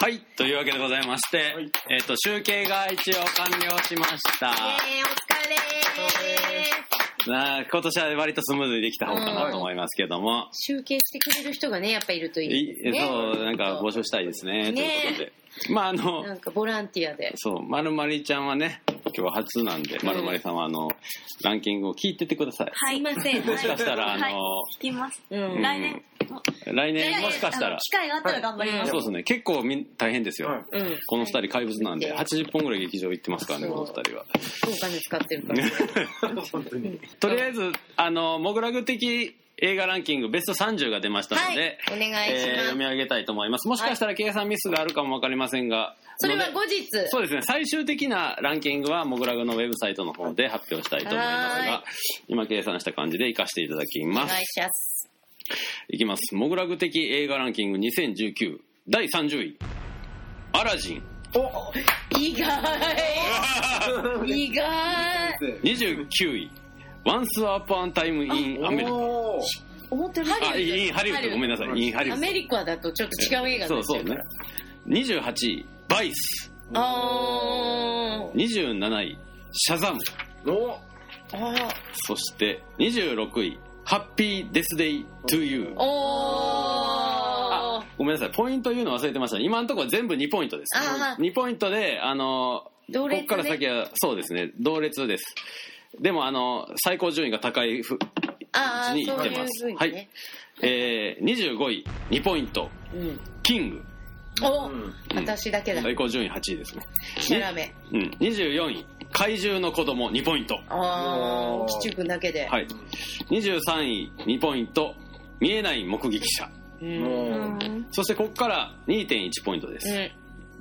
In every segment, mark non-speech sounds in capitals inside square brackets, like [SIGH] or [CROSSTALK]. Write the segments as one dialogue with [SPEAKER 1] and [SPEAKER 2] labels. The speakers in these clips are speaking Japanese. [SPEAKER 1] はい、というわけでございまして、
[SPEAKER 2] はい
[SPEAKER 1] えっ、と、集計が一応完了しました。
[SPEAKER 3] えー、お疲れー
[SPEAKER 1] なあ今年は割とスムーズにできた方かなと思いますけども、
[SPEAKER 3] 集計してくれる人がね、やっぱいるといいです
[SPEAKER 1] い
[SPEAKER 3] ね。
[SPEAKER 1] そう、なんか募集したいですね、と
[SPEAKER 3] ね
[SPEAKER 1] いうことで。まあ、あの、
[SPEAKER 3] なんかボランティアで。
[SPEAKER 1] そう、まるまりちゃんはね、今日初なんで、まるまりさんはあの、ランキングを聞いててください。
[SPEAKER 4] はい。
[SPEAKER 3] すいません
[SPEAKER 1] もしかしたら、あの、
[SPEAKER 4] はい聞きます。
[SPEAKER 3] う
[SPEAKER 1] うん
[SPEAKER 3] ん。
[SPEAKER 4] 来年
[SPEAKER 1] 来年もしかした
[SPEAKER 4] あの
[SPEAKER 1] ら、
[SPEAKER 4] 機会があったら頑張りま
[SPEAKER 1] そ
[SPEAKER 4] す
[SPEAKER 1] う。ですね、結構みん大変ですよ。
[SPEAKER 2] はい
[SPEAKER 3] うん。
[SPEAKER 1] この二人怪物なんで、
[SPEAKER 3] うん
[SPEAKER 1] 80本ぐらい劇場行ってますからね、
[SPEAKER 3] そ
[SPEAKER 1] こ
[SPEAKER 3] う
[SPEAKER 1] の二人は。
[SPEAKER 3] お金使ってるから。
[SPEAKER 2] 本当に。
[SPEAKER 1] とりあえず、あの、モグラグ的映画ランキングベスト30が出ましたので、
[SPEAKER 3] お願いします。
[SPEAKER 1] えー読み上げたいと思います。もしかしたら計算ミスがあるかもわかりませんが、
[SPEAKER 3] それは
[SPEAKER 1] ので
[SPEAKER 3] 後日。
[SPEAKER 1] そうですね、最終的なランキングはモグラグのウェブサイトの方で発表したいと思います
[SPEAKER 3] は
[SPEAKER 1] が、今計算した感じで活かしていただき
[SPEAKER 3] お
[SPEAKER 1] ます
[SPEAKER 3] 願。いします。
[SPEAKER 1] いきます。モグラグ的映画ランキング2019第30位、アラジン。
[SPEAKER 2] お
[SPEAKER 3] 意外意外
[SPEAKER 1] 29位、Once Upon a Time in アメリカ。
[SPEAKER 2] おー
[SPEAKER 3] 思ってる
[SPEAKER 1] あ、インハリウッド、ごめんなさい、インハリウ
[SPEAKER 3] ア
[SPEAKER 1] ッド。
[SPEAKER 3] メリカだとちょっと違う映画に
[SPEAKER 1] そ
[SPEAKER 3] な
[SPEAKER 1] う
[SPEAKER 3] っち
[SPEAKER 1] そ
[SPEAKER 3] ゃ
[SPEAKER 1] う
[SPEAKER 3] うか
[SPEAKER 1] ね
[SPEAKER 3] ら。
[SPEAKER 1] 28位、バイス。
[SPEAKER 3] あ
[SPEAKER 1] 27
[SPEAKER 3] ー
[SPEAKER 1] 位、シャザム。
[SPEAKER 2] お
[SPEAKER 3] あ
[SPEAKER 1] そして26位、ハッピーデスデイトゥユー
[SPEAKER 3] ー。おー
[SPEAKER 1] あごめんなさい、ポイント言うの忘れてました。今のところ全部2ポイントです
[SPEAKER 3] あ。ー
[SPEAKER 1] 2ポイントで、あの、
[SPEAKER 3] 同列ね
[SPEAKER 1] ここから先は、そうですね、同列です。でも、あの、最高順位が高いふ、
[SPEAKER 3] あ
[SPEAKER 1] に
[SPEAKER 3] ー
[SPEAKER 1] 行
[SPEAKER 3] そう
[SPEAKER 1] って
[SPEAKER 3] い
[SPEAKER 1] ま
[SPEAKER 3] う
[SPEAKER 1] す
[SPEAKER 3] ふうにね。
[SPEAKER 1] えー、25位、2ポイント、
[SPEAKER 3] うん
[SPEAKER 1] キング、
[SPEAKER 3] お
[SPEAKER 2] うん
[SPEAKER 3] 私だけだ。
[SPEAKER 1] 最高順位8位ですね。
[SPEAKER 3] シャラメ。
[SPEAKER 1] うん、24位、怪獣の子供2ポイント。
[SPEAKER 3] あ
[SPEAKER 2] お
[SPEAKER 3] ー
[SPEAKER 2] ー
[SPEAKER 3] きちゅくんだけで。
[SPEAKER 1] はい。23位、2ポイント、見えない目撃者。
[SPEAKER 3] うん
[SPEAKER 2] もう
[SPEAKER 4] うんん
[SPEAKER 1] そして、ここから2.1ポイントです。
[SPEAKER 3] う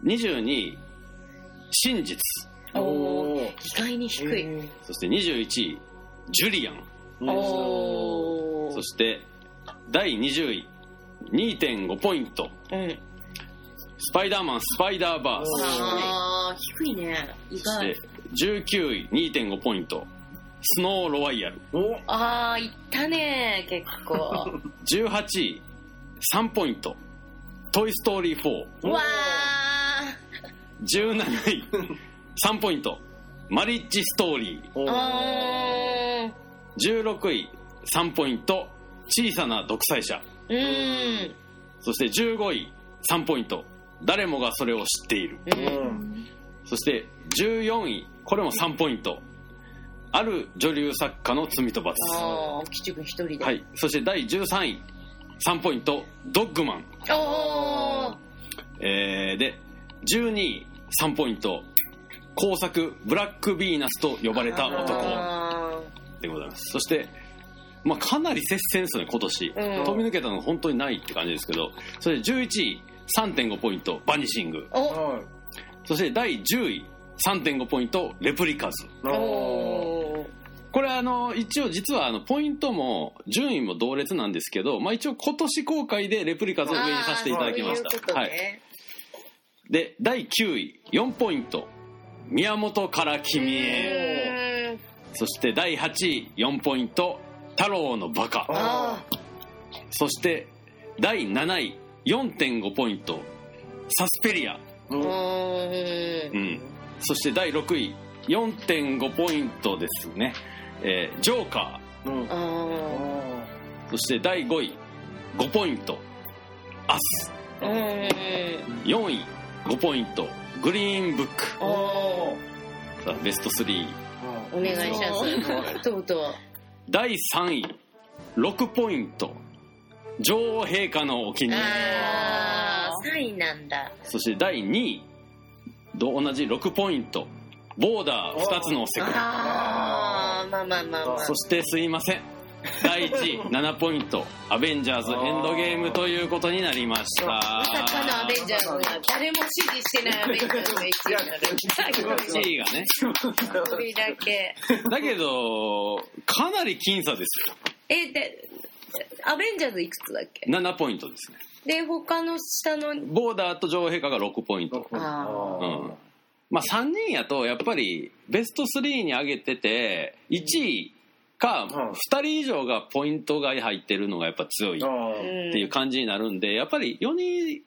[SPEAKER 3] ん
[SPEAKER 1] 22位、真実。
[SPEAKER 3] おー
[SPEAKER 2] ー
[SPEAKER 3] 意外に低い。
[SPEAKER 2] え
[SPEAKER 1] そして21位、ジュリアン。
[SPEAKER 2] ー
[SPEAKER 3] お
[SPEAKER 1] そ
[SPEAKER 3] ー
[SPEAKER 1] して、第20位、2.5ポイント、
[SPEAKER 3] うん
[SPEAKER 1] スパイダーマン、スパイダーバース。
[SPEAKER 3] あー低いね。意
[SPEAKER 1] そ
[SPEAKER 3] 外。
[SPEAKER 1] して、19位、2.5ポイント、スノーロワイヤル。
[SPEAKER 2] お
[SPEAKER 3] あー、いったね結構。
[SPEAKER 1] 18位、3ポイント、トイストーリー4。
[SPEAKER 3] うわ
[SPEAKER 1] 17位、3ポイント、マリッジストーリー。
[SPEAKER 2] お
[SPEAKER 3] ー。
[SPEAKER 2] ー
[SPEAKER 3] あ
[SPEAKER 1] 16位、3ポイント、小さな独裁者。
[SPEAKER 3] ー。うん。
[SPEAKER 1] そして15位、3ポイント、誰もがそれを知っている。
[SPEAKER 3] うん。
[SPEAKER 1] そして14位、これも3ポイント。ある女流作家の罪と罰。
[SPEAKER 3] あー、きちゅくん一人で。
[SPEAKER 1] はい。そして第13位、3ポイント、ドッグマン。
[SPEAKER 3] おー。
[SPEAKER 1] えー、で、12位、3ポイント、工作、ブラックヴィーナスと呼ばれた男
[SPEAKER 3] あ
[SPEAKER 1] でございます。そして、まあ、かなり接戦ですよね、今年。
[SPEAKER 3] うん
[SPEAKER 1] 飛び抜けたの本当にないって感じですけど、そして11位、3.5ポイント、バニシング。
[SPEAKER 3] ーお
[SPEAKER 2] はい
[SPEAKER 1] そして第10位、3.5ポイント、レプリカズ。
[SPEAKER 2] おー
[SPEAKER 3] おー
[SPEAKER 1] これあの一応実はあのポイントも順位も同列なんですけど、まあ、一応今年公開でレプリカズを上にさせていただきまし
[SPEAKER 3] あーそういうこ
[SPEAKER 1] た
[SPEAKER 3] と
[SPEAKER 1] はい、
[SPEAKER 3] ね
[SPEAKER 1] で第9位4ポイント宮本から君へ
[SPEAKER 3] うーん
[SPEAKER 1] そして第8位4ポイント太郎のバカ
[SPEAKER 3] あ
[SPEAKER 1] そして第7位4.5ポイントサスペリア、
[SPEAKER 3] ー
[SPEAKER 2] お
[SPEAKER 3] うーん
[SPEAKER 1] うん、そして第6位4.5ポイントですね、えージョーカー
[SPEAKER 2] うん
[SPEAKER 3] あ
[SPEAKER 1] そして第5位、5ポイント、アス。
[SPEAKER 3] ーうーん
[SPEAKER 1] 4位、5ポイント、グリーンブック。
[SPEAKER 3] お
[SPEAKER 1] さあベスト3。
[SPEAKER 3] お願いしますとうとう
[SPEAKER 1] 第3位、6ポイント、女王陛下のお気に入り。
[SPEAKER 3] あー3位なんだ
[SPEAKER 1] そして第2位、と同じ6ポイント、ボーダー2つの世界。
[SPEAKER 3] あーまあまあまあまあ
[SPEAKER 1] そしてすいません。第1位、7ポイント、アベンジャーズエンドゲームということになりました。
[SPEAKER 3] まさかのアベンジャーズが誰も支持してないアベンジャーズの1位になる
[SPEAKER 1] 1位がね。
[SPEAKER 3] 一人だけ
[SPEAKER 1] だけど、かなり僅差ですよ。
[SPEAKER 3] えでアベンジャーズいくつだっけ
[SPEAKER 1] 7ポイントですね。
[SPEAKER 3] で他の下の
[SPEAKER 1] ボーダーと女王陛下が6ポイント。
[SPEAKER 3] あ
[SPEAKER 1] うん。まあ3人やと、やっぱりベスト3に上げてて、1位か、
[SPEAKER 2] うん
[SPEAKER 1] 2人以上がポイントが入ってるのがやっぱ強いっ
[SPEAKER 2] あ
[SPEAKER 1] ていう感じになるんで、やっぱり4人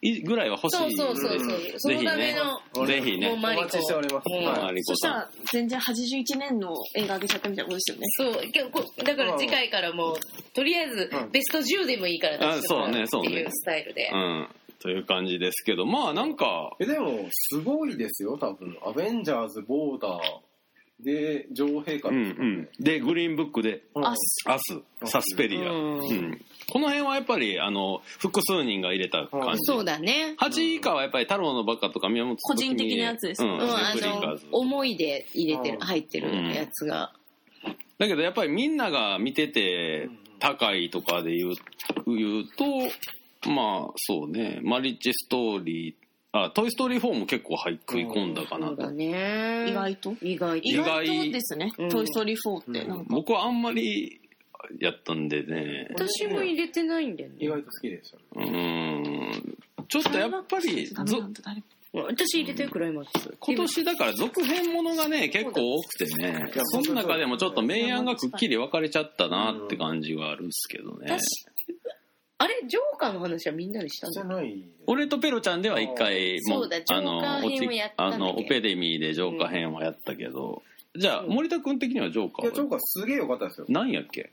[SPEAKER 1] いぐらいは欲しい
[SPEAKER 3] そうそうそう
[SPEAKER 2] うん
[SPEAKER 3] そう
[SPEAKER 2] ぜ。
[SPEAKER 3] そのための、
[SPEAKER 2] あ
[SPEAKER 1] ぜひ
[SPEAKER 3] もう
[SPEAKER 1] ね、
[SPEAKER 3] マリ
[SPEAKER 2] お
[SPEAKER 3] コ
[SPEAKER 2] 待ちしております
[SPEAKER 3] うん
[SPEAKER 2] はい
[SPEAKER 1] マリ
[SPEAKER 4] そ
[SPEAKER 1] コ
[SPEAKER 4] した
[SPEAKER 1] さん。
[SPEAKER 4] ら、全然81年の映画上げちゃったみたいなことですよね。
[SPEAKER 3] そう結構だから次回からもうとりあえず
[SPEAKER 2] うん
[SPEAKER 3] ベスト10でもいいから出してもら
[SPEAKER 1] あそうねそう
[SPEAKER 3] って
[SPEAKER 1] ね
[SPEAKER 3] いうスタイルで、
[SPEAKER 1] うん。という感じですけど、まあなんか、
[SPEAKER 2] えでもすごいですよ多分アベンジャーズボーダーで女王陛下
[SPEAKER 1] うんうん。で、グリーンブックで、
[SPEAKER 2] うん
[SPEAKER 4] あ、
[SPEAKER 1] アス、サスペリア。
[SPEAKER 3] う
[SPEAKER 1] うんんこの辺はやっぱり、あの、複数人が入れた感じ。
[SPEAKER 3] そうだね
[SPEAKER 1] 8以下はやっぱり太郎のバカとか宮本
[SPEAKER 4] 個人的なやつです
[SPEAKER 1] うん、
[SPEAKER 4] う
[SPEAKER 3] うん
[SPEAKER 1] レ
[SPEAKER 3] あ
[SPEAKER 1] プリカー
[SPEAKER 3] の
[SPEAKER 1] ズ
[SPEAKER 3] 思いで入れてる
[SPEAKER 2] うん
[SPEAKER 3] 入ってるやつが、
[SPEAKER 1] だけどやっぱりみんなが見てて
[SPEAKER 2] うん
[SPEAKER 1] 高いとかで言う言うとまあそうねマリッジストーリーあトイ・ストーリー4も結構入っ食い込んだかな
[SPEAKER 3] そうだね
[SPEAKER 4] 意外と
[SPEAKER 3] 意外
[SPEAKER 1] 意
[SPEAKER 4] 意
[SPEAKER 1] 外
[SPEAKER 4] 外とですね、
[SPEAKER 3] うん
[SPEAKER 4] トイ・ストーリー4って、なんか、
[SPEAKER 1] 僕はあんまりやったんでね
[SPEAKER 3] 私も入れてないんだよ
[SPEAKER 2] 意
[SPEAKER 3] ね
[SPEAKER 2] 外と好きでしたね
[SPEAKER 1] うーんちょっとやっぱり
[SPEAKER 4] ダメなん
[SPEAKER 1] ぞ
[SPEAKER 4] だ、誰も。
[SPEAKER 3] 私入れてるクライマックス
[SPEAKER 1] 今年だから続編ものがね結構多くてね
[SPEAKER 2] いや
[SPEAKER 1] その中でもちょっと明暗がくっきり分かれちゃったなって感じはあるんですけどね
[SPEAKER 3] 確かあれジョーカーの話はみんなでした
[SPEAKER 2] じゃ
[SPEAKER 3] の
[SPEAKER 2] ないです
[SPEAKER 1] 俺とペロちゃんでは一回
[SPEAKER 3] そうだジョーカー編をやったん
[SPEAKER 1] あ
[SPEAKER 3] だけど
[SPEAKER 1] のオペデミーでジョーカー編はやったけど、じゃあ
[SPEAKER 3] うん
[SPEAKER 1] 森田君的にはジョーカ
[SPEAKER 2] いやジョ
[SPEAKER 1] ー
[SPEAKER 2] ー
[SPEAKER 1] は
[SPEAKER 2] カーすげえ良かったですよ
[SPEAKER 1] 何やっけ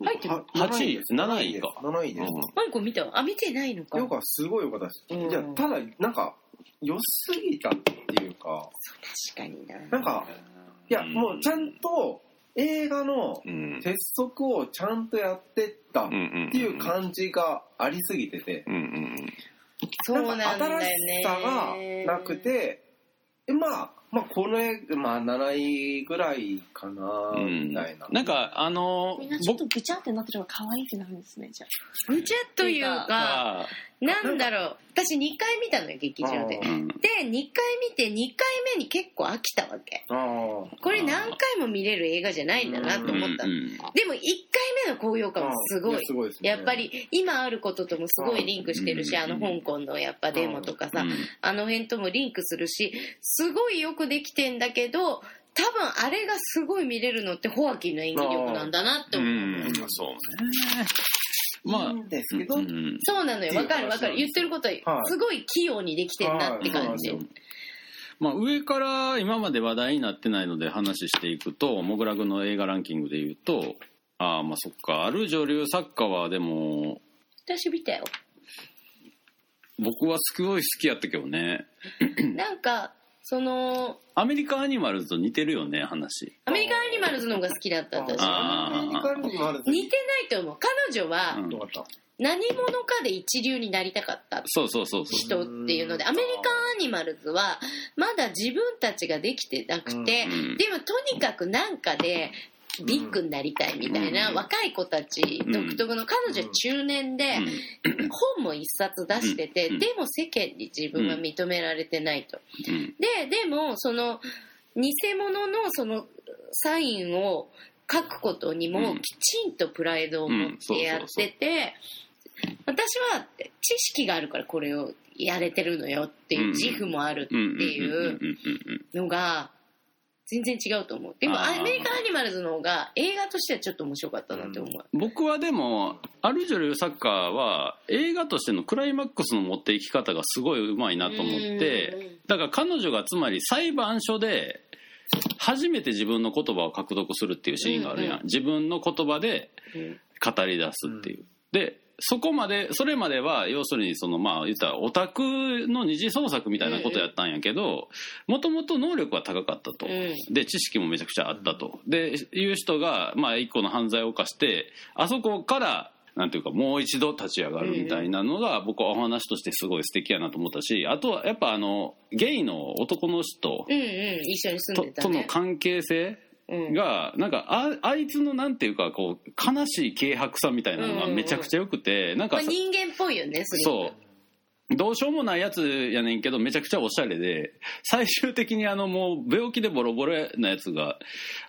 [SPEAKER 3] 入ってる
[SPEAKER 2] は
[SPEAKER 1] 八位
[SPEAKER 2] です
[SPEAKER 1] 七位か
[SPEAKER 2] 7位
[SPEAKER 1] う
[SPEAKER 2] です
[SPEAKER 1] ん
[SPEAKER 3] マリコ見たあ見てないのか
[SPEAKER 2] ジョーカーすごい良かったです
[SPEAKER 3] うん
[SPEAKER 2] いやただなんか良すぎたっていうか
[SPEAKER 3] 確かにな
[SPEAKER 2] なんかいや
[SPEAKER 1] うん
[SPEAKER 2] もうちゃんと映画の
[SPEAKER 1] うん
[SPEAKER 2] 鉄則をちゃんとやってったっ
[SPEAKER 1] うんうん
[SPEAKER 2] ていう感じがありすぎてて
[SPEAKER 1] うんうん
[SPEAKER 3] そうなん
[SPEAKER 2] なんか
[SPEAKER 3] だよ
[SPEAKER 2] 新し
[SPEAKER 3] ね
[SPEAKER 2] さがなくてえまあまあこれまあ7位ぐらいかな
[SPEAKER 1] うんうん
[SPEAKER 2] みたいな、
[SPEAKER 1] なんかあの
[SPEAKER 4] みんなちょっ
[SPEAKER 1] 僕
[SPEAKER 4] とぐちゃってなってるのが可愛いってなるんですね、じゃ
[SPEAKER 3] 無茶というか
[SPEAKER 1] は、
[SPEAKER 3] なんだろう私2回見たのよ劇場で
[SPEAKER 2] あ
[SPEAKER 1] う
[SPEAKER 2] ー
[SPEAKER 1] ん、
[SPEAKER 3] で2回見て2回目に結構飽きたわけ
[SPEAKER 2] ああ
[SPEAKER 3] これ何回も見れる映画じゃないんだなと思ったの、
[SPEAKER 1] うん
[SPEAKER 3] でも1回目の高揚感はすごい
[SPEAKER 2] やすごいですね
[SPEAKER 3] やっぱり今あることともすごいリンクしてるし
[SPEAKER 1] うん
[SPEAKER 3] あの香港のやっぱデモとかさあの辺ともリンクするしすごいよくできてんだけど多分あれがすごい見れるのってホアキンの演技力なんだなって
[SPEAKER 1] う
[SPEAKER 3] 思う、
[SPEAKER 1] んうんそうねまあ
[SPEAKER 2] いいんですけど、
[SPEAKER 1] うんうん
[SPEAKER 3] そうなのよわかるわかる言ってることはすごい器用にできてんなって感じ、
[SPEAKER 2] はい
[SPEAKER 1] まあ、上から今まで話題になってないので話していくともぐら君の映画ランキングで言うとああまあそっかある女流作家はでも
[SPEAKER 3] 私見たよ
[SPEAKER 1] 僕はすごい好きやったけどね
[SPEAKER 3] なんかその
[SPEAKER 1] アメリカアニマルズと似てるよね話
[SPEAKER 3] アメリカンアニマルズの方が好きだった私
[SPEAKER 1] あー
[SPEAKER 2] アメリカにもあるんですよ
[SPEAKER 3] 似てないと思う彼女は
[SPEAKER 1] うん
[SPEAKER 2] よかった
[SPEAKER 3] 何者かで一流になりたかった
[SPEAKER 1] そうそうそうそう
[SPEAKER 3] 人っていうのでアメリカンアニマルズはまだ自分たちができてなくて、
[SPEAKER 1] うん
[SPEAKER 3] でもとにかくなんかでビッグになりたいみたいな、
[SPEAKER 1] うん
[SPEAKER 3] 若い子たち独特の彼女は中年で、本も一冊出してて、
[SPEAKER 1] うん
[SPEAKER 3] でも世間に自分は認められてないと。
[SPEAKER 1] うんうん
[SPEAKER 3] ででもその偽物のそのサインを書くことに
[SPEAKER 1] う
[SPEAKER 3] も
[SPEAKER 1] ん
[SPEAKER 3] きちんとプライドを持ってやってて私は知識があるからこれをやれてるのよっていううん自負もあるって
[SPEAKER 1] うんうん
[SPEAKER 3] いう
[SPEAKER 1] うん
[SPEAKER 3] のが全然違うと思うでも
[SPEAKER 1] あー
[SPEAKER 3] アメリカンアニマルズの方が映画としてはちょっと面白かったなって思う、
[SPEAKER 1] うん僕はでもある女流作家は映画としてのクライマックスの持っていき方がすごいうまいなと思ってだから彼女がつまり裁判所で初めて自分の言葉を獲得するっていうシーンがあるやん、
[SPEAKER 3] うんう
[SPEAKER 1] 自分の言葉で
[SPEAKER 3] うんうん
[SPEAKER 1] 語り出すっていう、でそこまでそれまでは要するにそのまあ言ったらオタクの二次創作みたいなことやったんやけどもともと能力は高かったと、
[SPEAKER 3] う
[SPEAKER 1] で知識もめちゃくちゃあったと、でいう人がまあ一個の犯罪を犯してあそこからなんていうかもう一度立ち上がるみたいなのが僕はお話としてすごい素敵やなと思ったしあとはやっぱあのゲイの男の人
[SPEAKER 3] うんうん一緒に住ん
[SPEAKER 1] と
[SPEAKER 3] でた
[SPEAKER 1] との
[SPEAKER 3] ね
[SPEAKER 1] 関係性
[SPEAKER 3] うん
[SPEAKER 1] がなんかああいつのなんていうかこう悲しい軽薄さみたいなのがめちゃくちゃよくてなん
[SPEAKER 3] ま
[SPEAKER 1] か
[SPEAKER 3] あ
[SPEAKER 1] さ
[SPEAKER 3] 人間っぽいよねすごく
[SPEAKER 1] そうどうしようもないやつやねんけどめちゃくちゃおしゃれで最終的にあのもう病気でボロボロなやつが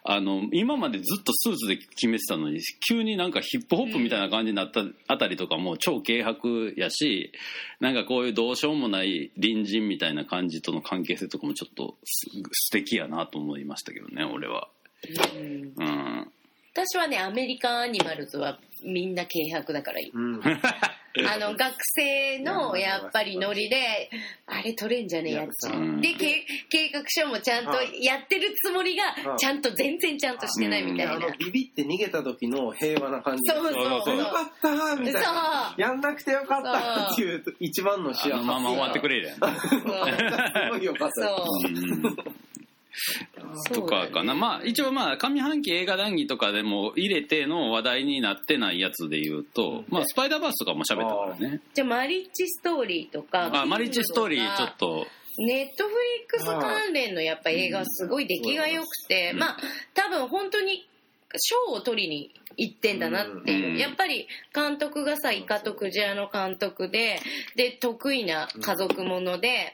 [SPEAKER 1] あの今までずっとスーツで決めてたのに急になんかヒップホップみたいな感じになったあたりとかも超軽薄やしなんかこういうどうしようもない隣人みたいな感じとの関係性とかもちょっとす素敵やなと思いましたけどね俺は。
[SPEAKER 3] うん
[SPEAKER 1] うん
[SPEAKER 3] 私はねアメリカンアニマルズはみんな軽薄だからいい
[SPEAKER 2] うん。
[SPEAKER 3] あの学生のやっぱりノリであれ取れんじゃねえやつ
[SPEAKER 2] いや
[SPEAKER 1] うん
[SPEAKER 3] でけ計画書もちゃんと
[SPEAKER 2] はい
[SPEAKER 3] やってるつもり
[SPEAKER 2] は
[SPEAKER 3] が
[SPEAKER 2] い
[SPEAKER 3] ちゃんと全然ちゃんとしてないみたい
[SPEAKER 2] あ
[SPEAKER 3] な
[SPEAKER 2] の、ビビって逃げた時の平和な感じ。
[SPEAKER 3] そうそうそう
[SPEAKER 2] よかったーみたいな。
[SPEAKER 3] そ
[SPEAKER 2] やんなくてよかったっていう一番の幸せ。
[SPEAKER 1] あのまあまあ終わってくれるやん
[SPEAKER 3] う [LAUGHS] そう
[SPEAKER 2] すごいよかった。
[SPEAKER 3] そう
[SPEAKER 1] とかかな、まあ一応まあ上半期映画談義とかでも入れての話題になってないやつで言うと、まあスパイダーバースとかも喋ったからね
[SPEAKER 3] じゃあマリッジストーリーとか
[SPEAKER 1] あマリッジストーリーちょっと
[SPEAKER 3] ネットフリックス関連のやっぱ映画すごい出来が良くて、
[SPEAKER 1] うん
[SPEAKER 3] まあ多分本当に賞を取りに行ってんだなっていう、
[SPEAKER 1] うん
[SPEAKER 3] やっぱり監督がさイカとクジラの監督でで得意な家族もので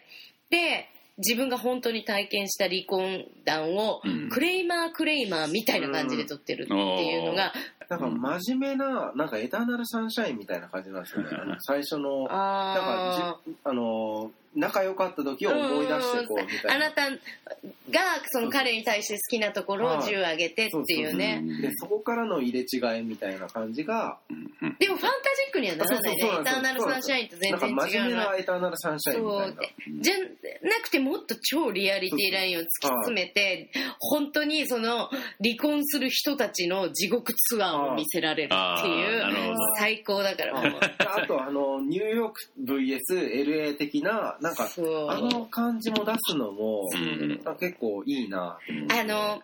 [SPEAKER 3] で自分が本当に体験した離婚談を
[SPEAKER 1] うん
[SPEAKER 3] クレイマークレイマーみたいな感じで撮ってるっていうのが、
[SPEAKER 2] なんか真面目な、なんかエターナルサンシャインみたいな感じなんですよね。あの最初の、あ
[SPEAKER 3] あー
[SPEAKER 2] の、仲良かった時を思い出してこうみた
[SPEAKER 3] あ
[SPEAKER 2] いな
[SPEAKER 3] な。たがその彼に対して好きなところを10上げてっていうね。
[SPEAKER 2] で、そこからの入れ違いみたいな感じが、
[SPEAKER 3] でもファンタジックにはならないね。エ
[SPEAKER 2] あそうそうそうなん
[SPEAKER 3] タ
[SPEAKER 2] です
[SPEAKER 3] ーナルサンシャインと
[SPEAKER 2] な
[SPEAKER 3] 全
[SPEAKER 2] んか真
[SPEAKER 3] 然違
[SPEAKER 2] 面目
[SPEAKER 3] うな
[SPEAKER 2] な。エターナルサンシャインみた
[SPEAKER 3] そ
[SPEAKER 2] いうな。
[SPEAKER 3] でじゃなくてもっと超リアリティラインを突き詰めて本当にその離婚する人たちの地獄ツアーを見せられるってい
[SPEAKER 1] あーなるほ
[SPEAKER 3] う
[SPEAKER 1] ど
[SPEAKER 3] 最高だから
[SPEAKER 2] [LAUGHS]
[SPEAKER 3] もう
[SPEAKER 2] あとあのニューヨーク VSLA 的ななんか
[SPEAKER 3] そう
[SPEAKER 2] あの感じも出すのも
[SPEAKER 1] うんうん
[SPEAKER 2] なんか結構いいな
[SPEAKER 3] あの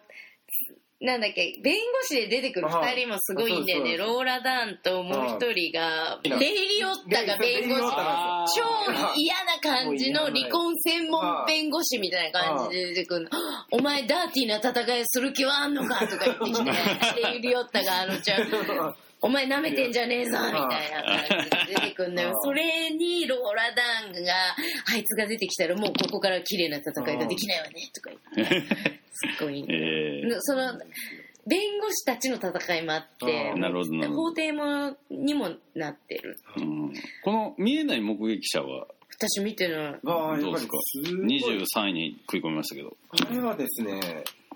[SPEAKER 3] なんだっけ弁護士で出てくる2人もすごいんだよね
[SPEAKER 2] はい
[SPEAKER 3] ローラ・ダーンともう1人がレイリオッタが弁護士
[SPEAKER 2] あ
[SPEAKER 3] 超嫌な感じの離婚専門弁護士みたいな感じで出てくるの。お前ダーティーな戦いする気はあんのかとか言ってきて、レイリオッタがあのちゃ [LAUGHS] ん、お前舐めてんじゃねえぞみたいな感じで出てくるのよ
[SPEAKER 2] あ。あ
[SPEAKER 3] それにローラダーンが、あいつが出てきたらもうここから綺麗な戦いができないわねとか言って。すっごい。
[SPEAKER 1] えー
[SPEAKER 3] その、弁護士たちの戦いもあって
[SPEAKER 2] ああ、
[SPEAKER 1] なるほどなるほ
[SPEAKER 3] 法廷もにもなってる。
[SPEAKER 1] ど、うんこの見えない目撃者は
[SPEAKER 3] 私見てない。
[SPEAKER 2] わあや
[SPEAKER 1] ど
[SPEAKER 2] っ
[SPEAKER 1] うで
[SPEAKER 2] ぱり
[SPEAKER 1] すか
[SPEAKER 2] すごい
[SPEAKER 1] 23位に食い込みましたけど
[SPEAKER 2] これはですね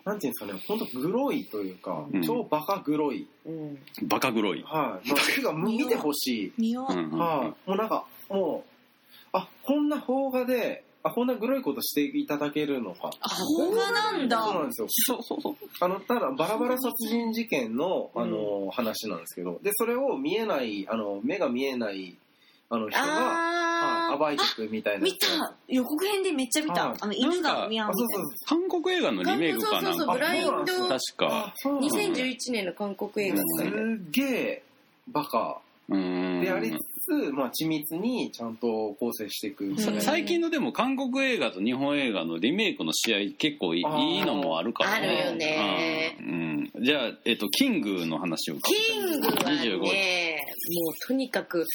[SPEAKER 2] なんていうんですかね本当グロいというか、
[SPEAKER 1] うん
[SPEAKER 2] 超バカグロい
[SPEAKER 3] うん。
[SPEAKER 1] バカ黒い、
[SPEAKER 2] はい、まあ、ていうかもう見てほし
[SPEAKER 4] 見よ
[SPEAKER 1] うん
[SPEAKER 4] う。
[SPEAKER 2] い、はい、もうなんかもうあこんな邦画であこんなグロいことしていただけるのか
[SPEAKER 4] あ、邦画なんだ。
[SPEAKER 2] そうなんですよあのただバラバラ殺人事件のあの、話なんですけどでそれを見えないあの目が見えないあの人が、は
[SPEAKER 3] あ
[SPEAKER 2] い、暴いていくみたいな
[SPEAKER 4] 見た予告編でめっちゃ見
[SPEAKER 2] は
[SPEAKER 4] た
[SPEAKER 2] い。
[SPEAKER 4] あの、犬が見合
[SPEAKER 2] あ
[SPEAKER 4] う
[SPEAKER 2] そう
[SPEAKER 4] みたい
[SPEAKER 2] そう
[SPEAKER 4] な。
[SPEAKER 1] 韓国映画のリメイクかなん
[SPEAKER 3] そうそうそう、ブ
[SPEAKER 1] か
[SPEAKER 3] ライン
[SPEAKER 2] そ
[SPEAKER 3] ド
[SPEAKER 2] う
[SPEAKER 1] 確、か
[SPEAKER 2] そう
[SPEAKER 1] 2000
[SPEAKER 3] 2011年の韓国映画
[SPEAKER 1] う
[SPEAKER 3] です
[SPEAKER 2] すげえバカ
[SPEAKER 1] うん
[SPEAKER 2] でありつつ、まあ、緻密にちゃんと構成していくみたいな、
[SPEAKER 3] うん
[SPEAKER 1] 最近のでも韓国映画と日本映画のリメイクの試合結構いい
[SPEAKER 2] あー
[SPEAKER 1] いいのもあるから
[SPEAKER 3] あるよね
[SPEAKER 1] うんうんじゃあ、えっと、キングの話を
[SPEAKER 3] キングは
[SPEAKER 1] 25位
[SPEAKER 3] ね、もうとにかく、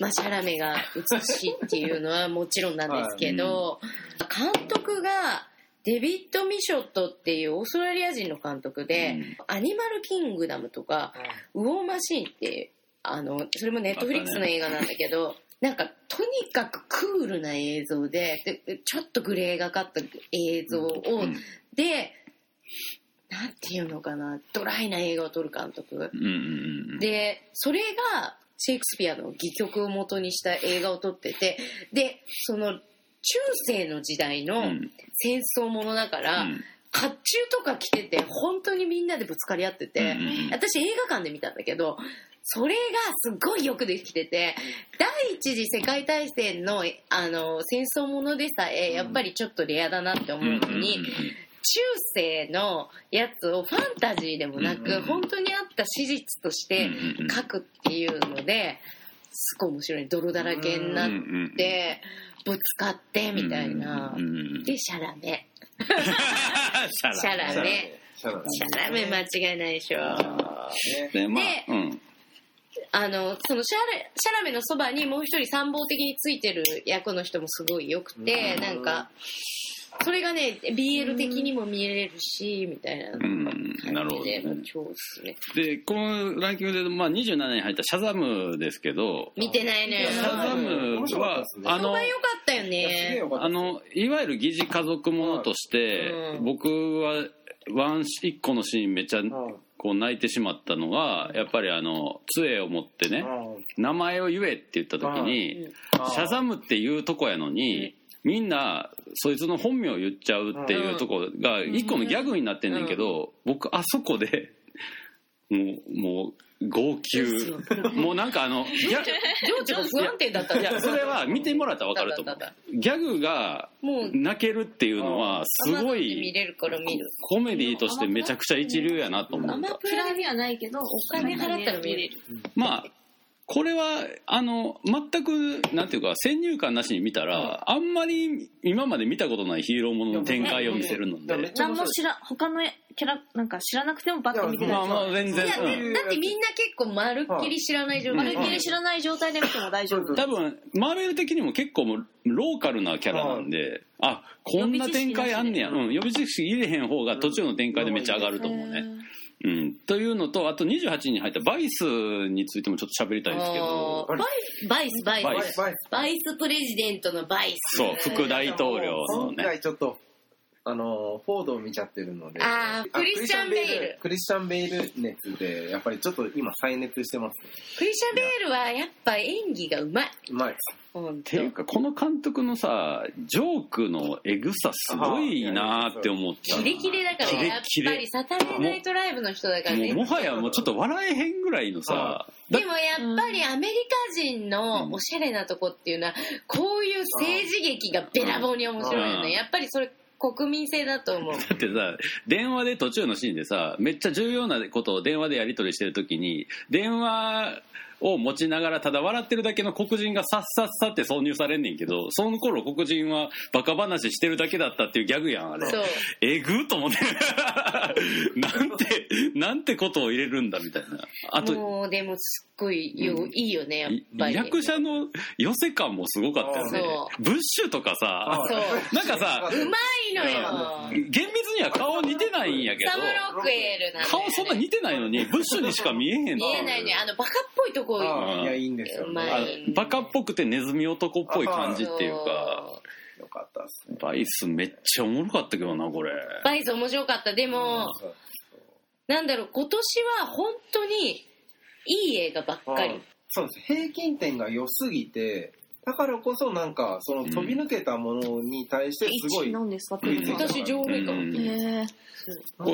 [SPEAKER 3] マシャラメが美しいっていうのはもちろんなんですけど、監督が、デビッド・ミショットっていうオーストラリア人の監督で、アニマル・キングダムとか、ウォーマシーンってあのそれもネットフリックスの映画なんだけど、なんかとにかくクールな映像ででちょっとグレーがかった映像を、
[SPEAKER 1] うん
[SPEAKER 3] でなんていうのかなドライな映画を撮る監督
[SPEAKER 1] うんうんうん
[SPEAKER 3] でそれがシェイクスピアの戯曲を元にした映画を撮っててでその中世の時代の
[SPEAKER 1] うん
[SPEAKER 3] 戦争ものだから、
[SPEAKER 1] うん
[SPEAKER 3] 甲冑とか着てて本当にみんなでぶつかり合ってて。
[SPEAKER 1] うんうん
[SPEAKER 3] 私映画館で見たんだけどそれがすごいよくできてて第一次世界大戦のあの戦争ものでさえやっぱりちょっとレアだなって思う
[SPEAKER 1] うんうん
[SPEAKER 3] のに、中世のやつをファンタジーでもな
[SPEAKER 1] うんう
[SPEAKER 3] く
[SPEAKER 1] ん
[SPEAKER 3] 本当にあった史実として
[SPEAKER 1] うん
[SPEAKER 3] 書くっていうのですごい面白い泥だらけになっ
[SPEAKER 1] うんうんうん
[SPEAKER 3] てぶつかってみたいな
[SPEAKER 1] うんうんうん
[SPEAKER 3] でシャラメ
[SPEAKER 1] シャラ
[SPEAKER 3] シャラ
[SPEAKER 2] シャラ
[SPEAKER 3] メ
[SPEAKER 2] シャラ
[SPEAKER 3] シャラメ間違いないでしょ
[SPEAKER 2] ね
[SPEAKER 1] でまあ
[SPEAKER 3] で
[SPEAKER 1] うん
[SPEAKER 3] あの、そのシャラ、シャラメのそばにもう一人参謀的についてる役の人もすごい良くて、
[SPEAKER 2] うん
[SPEAKER 3] なんか、それがね、BL 的にも見れるし、みたいな
[SPEAKER 1] う
[SPEAKER 3] 感
[SPEAKER 1] んなるほど
[SPEAKER 3] じで、
[SPEAKER 1] ね
[SPEAKER 3] もう超おすすめ。
[SPEAKER 1] でこのランキングで、まあ、27位に入った「シャザム」ですけど
[SPEAKER 3] 見てないのよ
[SPEAKER 1] 「シ。ャザ
[SPEAKER 2] うん
[SPEAKER 1] ム
[SPEAKER 2] 面白かった
[SPEAKER 1] は
[SPEAKER 2] です」ね
[SPEAKER 1] あ
[SPEAKER 3] 評
[SPEAKER 1] の
[SPEAKER 3] 判良かったよ
[SPEAKER 2] いやすげえ
[SPEAKER 3] ね。
[SPEAKER 2] よかった
[SPEAKER 1] あのいわゆる疑似家族ものとして、
[SPEAKER 3] はいうん
[SPEAKER 1] 僕はワン一個のシーンめっちゃ
[SPEAKER 2] うん
[SPEAKER 1] こう泣いてしまったのがやっぱりあの杖を持ってね名前を言えって言った時に「シャザ
[SPEAKER 2] ム
[SPEAKER 1] ム」っていうとこやのにみんなそいつの本名を言っちゃうっていうとこが
[SPEAKER 4] ん
[SPEAKER 1] 一個のギャグになってんねんけど僕あそこでもうもう号
[SPEAKER 3] で
[SPEAKER 1] 泣
[SPEAKER 3] すよ
[SPEAKER 1] もうなんかあのギャ
[SPEAKER 3] 情緒が不安定だったん
[SPEAKER 1] い
[SPEAKER 3] だ
[SPEAKER 1] やそれは見てもらったら分かると思うギャグが
[SPEAKER 3] もう
[SPEAKER 1] 泣けるっていうのはす
[SPEAKER 3] アマゾ
[SPEAKER 1] ご
[SPEAKER 3] ンで見
[SPEAKER 1] い
[SPEAKER 3] れるから見る
[SPEAKER 1] コメディとしてめちゃくちゃ一流やなと思
[SPEAKER 3] ア
[SPEAKER 1] った
[SPEAKER 3] マプ
[SPEAKER 4] プ
[SPEAKER 3] ラ
[SPEAKER 4] ラ
[SPEAKER 3] で
[SPEAKER 4] にはないけど、お
[SPEAKER 3] お金払ったら見れ
[SPEAKER 4] る。
[SPEAKER 3] る
[SPEAKER 1] まあこれはあの全くなんていうか先入観なしに見たら、あんまり今まで見たことないヒーローものの展開を見せるの
[SPEAKER 2] いや
[SPEAKER 1] で、
[SPEAKER 4] 何も知ら、他のキャラ、なんか知らなくてもバッと見て
[SPEAKER 2] い
[SPEAKER 1] ま
[SPEAKER 4] た
[SPEAKER 1] あ
[SPEAKER 4] り
[SPEAKER 1] まあ全然
[SPEAKER 3] いや、
[SPEAKER 1] うん、
[SPEAKER 3] だってみんな結構まるっきり知らない状
[SPEAKER 1] うん
[SPEAKER 4] ま
[SPEAKER 3] 態
[SPEAKER 4] るっきり知らない状態で見ても大丈夫。
[SPEAKER 1] 多分マーベル的にも結構もうローカルなキャラなんで、あこんな展開あんねや、
[SPEAKER 4] 予
[SPEAKER 1] うん、予備知識入れへん方が途中の展開でめっちゃ上がると思うね。うん、というのとあと28人に入ったバイスについてもちょっと喋りたいんですけど
[SPEAKER 3] あーバイバイスバイス
[SPEAKER 1] バ
[SPEAKER 3] バ
[SPEAKER 1] イ
[SPEAKER 3] イ
[SPEAKER 1] ス
[SPEAKER 3] ス
[SPEAKER 2] バイ
[SPEAKER 3] プレジデントのバイス
[SPEAKER 1] そう副大統領の
[SPEAKER 2] 今
[SPEAKER 1] ね
[SPEAKER 2] 回ちょっとあのフォードを見ちゃってるので
[SPEAKER 3] あークリスチャンベイル
[SPEAKER 2] クリスチャンベイル熱でやっぱりちょっと今再熱してます
[SPEAKER 3] クリシャベールはやっぱ演技がうまいう
[SPEAKER 2] まいです
[SPEAKER 3] ほん
[SPEAKER 1] っ
[SPEAKER 3] と
[SPEAKER 1] ていうかこの監督のさジョークのエグさすごいなーって思った
[SPEAKER 3] キレキレだからやっ
[SPEAKER 1] キレ
[SPEAKER 3] ぱ
[SPEAKER 1] キレ
[SPEAKER 3] りサタデーナイトライブの人だからね
[SPEAKER 1] もうもはやもうちょっと笑えへんぐらいのさだ
[SPEAKER 3] でもやっぱりアメリカ人のおしゃれなとこっていうのはこういう政治劇がべらぼうに面白いよ
[SPEAKER 1] うん
[SPEAKER 3] ねやっぱりそれ国民性だと思う
[SPEAKER 1] だってさ電話で途中のシーンでさめっちゃ重要なことを電話でやり取りしてる時に電話を持ちながらただ笑ってるだけの黒人がさっさっさって挿入されんねんけどその頃黒人はバカ話してるだけだったっていうギャグやんあれ
[SPEAKER 3] そう
[SPEAKER 1] えぐっと思って [LAUGHS] なんてなんてことを入れるんだみたいなあと
[SPEAKER 3] もうでもすっごいよ、
[SPEAKER 1] うん
[SPEAKER 3] いいよねやっぱり
[SPEAKER 1] 役者の寄せ感もすごかったよね
[SPEAKER 3] そ
[SPEAKER 1] ブッシュとかさ
[SPEAKER 3] そう
[SPEAKER 1] なんかさ
[SPEAKER 3] うまいのよ
[SPEAKER 1] 厳密には顔似てないんやけど
[SPEAKER 3] サムロクエルなのよね
[SPEAKER 1] 顔そんな似てないのにブッシュにしか見えへんってう
[SPEAKER 3] 見えないねあのバカっぽいとこ
[SPEAKER 1] あ
[SPEAKER 2] あーいやいいんですよ、
[SPEAKER 3] うまい
[SPEAKER 1] あのバカっぽくてネズミ男っぽい感じっていうか
[SPEAKER 3] そう
[SPEAKER 2] よかったですね
[SPEAKER 1] バイスめっちゃおもろかったけどなこれ
[SPEAKER 3] バイス面白かったでも、なんだろう今年は本当にいい映画ばっか
[SPEAKER 2] う
[SPEAKER 3] り
[SPEAKER 2] んそうです平均点が良すぎてだからこそなんかその飛び抜けたものに対してすごい、
[SPEAKER 4] 一なんですか、
[SPEAKER 1] うん
[SPEAKER 3] 今年上映かも、
[SPEAKER 1] うん
[SPEAKER 4] へー
[SPEAKER 1] こ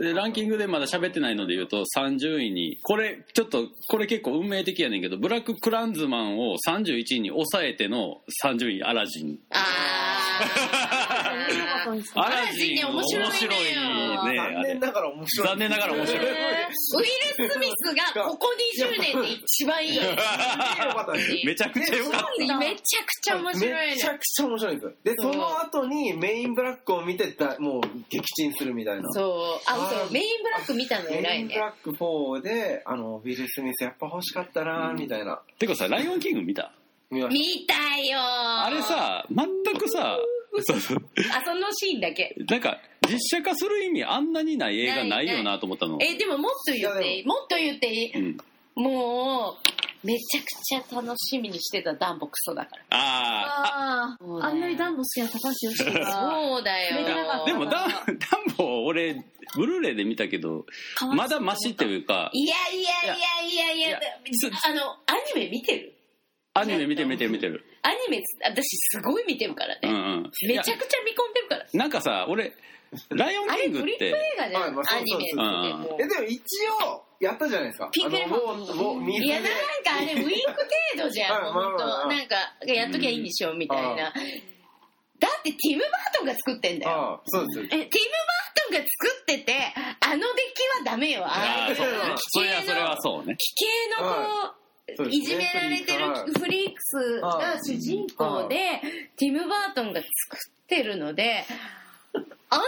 [SPEAKER 1] れランキングでまだ喋ってないので言うと30位にこれちょっとこれ結構運命的やねんけどブラック・クランズマンを31位に抑えての30位アラジン
[SPEAKER 3] あ
[SPEAKER 4] 面白かった
[SPEAKER 3] ー [LAUGHS]
[SPEAKER 4] んですか
[SPEAKER 1] ア
[SPEAKER 3] ラ
[SPEAKER 1] ラジ
[SPEAKER 3] ジン
[SPEAKER 1] ン面
[SPEAKER 3] 面白いね
[SPEAKER 1] 白いね
[SPEAKER 2] 残
[SPEAKER 1] あれ
[SPEAKER 2] 念ながら面白い
[SPEAKER 1] 残念ながら面白い
[SPEAKER 4] へ
[SPEAKER 3] ウィル・スミスがここ20年で一番いいや
[SPEAKER 2] よかったです
[SPEAKER 1] めちゃくちゃ良かった
[SPEAKER 3] つめちゃくちゃ面白い
[SPEAKER 2] めちゃ
[SPEAKER 3] ね
[SPEAKER 2] くちゃ面白いんですよで
[SPEAKER 3] そう
[SPEAKER 2] その後にメインブラックを見てたもう撃沈するみたいな
[SPEAKER 3] そうあそうメインブラック見たの偉
[SPEAKER 2] メイ
[SPEAKER 3] い
[SPEAKER 2] ンブ
[SPEAKER 3] ね
[SPEAKER 2] ラック4であのウィル・スミスやっぱ欲しかったなーみたいな、
[SPEAKER 1] てかさ「ライオンキング」見た
[SPEAKER 2] 見まし
[SPEAKER 3] 見たよ
[SPEAKER 1] あ
[SPEAKER 3] あ
[SPEAKER 1] れさ全くさそうそう
[SPEAKER 3] あそのシーンだけ
[SPEAKER 1] なんか実写化する意味あんなにない映画ないよなと思ったの
[SPEAKER 3] えでももっと言っていい
[SPEAKER 2] い
[SPEAKER 3] もっと言っていい
[SPEAKER 1] うん
[SPEAKER 3] もうめちゃくちゃ楽しみにしてたダンボクソだから
[SPEAKER 1] あ
[SPEAKER 4] あ
[SPEAKER 3] そう
[SPEAKER 4] ー
[SPEAKER 3] だよ
[SPEAKER 4] あんなに暖の好きな高橋由伸が、
[SPEAKER 3] そうだ
[SPEAKER 4] 触れてなか
[SPEAKER 3] よ
[SPEAKER 1] あ
[SPEAKER 4] っ
[SPEAKER 1] で
[SPEAKER 4] た
[SPEAKER 1] もダン [LAUGHS] ダンボ俺ブルーレイで見たけど
[SPEAKER 4] かわいそう
[SPEAKER 1] まだマシっていうか
[SPEAKER 3] いやいやいやいやいや
[SPEAKER 1] いやす
[SPEAKER 3] あのアニメ見てる
[SPEAKER 1] アニメ見てる見てる見てる
[SPEAKER 3] アニメ私すごい見てるから
[SPEAKER 1] う
[SPEAKER 3] ね、
[SPEAKER 1] んうん
[SPEAKER 3] めちゃくちゃ見込んでるから
[SPEAKER 1] いやなんかさ俺「ライオン
[SPEAKER 3] あ
[SPEAKER 1] キ
[SPEAKER 3] れ
[SPEAKER 1] ング
[SPEAKER 3] ト」リ
[SPEAKER 1] っ
[SPEAKER 3] ップ映
[SPEAKER 1] て
[SPEAKER 3] 画じゃ
[SPEAKER 2] はい
[SPEAKER 3] ん、
[SPEAKER 2] まあそう
[SPEAKER 3] アニメって
[SPEAKER 1] そう
[SPEAKER 3] も
[SPEAKER 2] たえでも一応やったじゃないですか
[SPEAKER 3] ピンクレ
[SPEAKER 2] あ
[SPEAKER 3] モ
[SPEAKER 2] の
[SPEAKER 3] ン
[SPEAKER 2] もうもう
[SPEAKER 3] う
[SPEAKER 2] 水
[SPEAKER 3] い
[SPEAKER 2] で
[SPEAKER 3] やなんかあれウィーク程度じゃん
[SPEAKER 2] はい
[SPEAKER 3] 本当
[SPEAKER 2] まあまあまあ
[SPEAKER 3] なんかやっときゃいいんでしょみたいな
[SPEAKER 2] うん
[SPEAKER 3] だってティム・バートンが作ってんだよ
[SPEAKER 2] ああそ
[SPEAKER 3] [LAUGHS]
[SPEAKER 2] うです
[SPEAKER 3] ティム・バートンが作っててあの出来はダメよあ
[SPEAKER 1] あ
[SPEAKER 3] あ
[SPEAKER 1] ー
[SPEAKER 3] いう
[SPEAKER 1] そう
[SPEAKER 2] あ
[SPEAKER 1] それはそれはそうね
[SPEAKER 3] 奇形のこ
[SPEAKER 2] そう
[SPEAKER 3] う
[SPEAKER 2] ですね
[SPEAKER 3] いじめられてるフリークスが主人公でティム・バートンが作ってるのであんな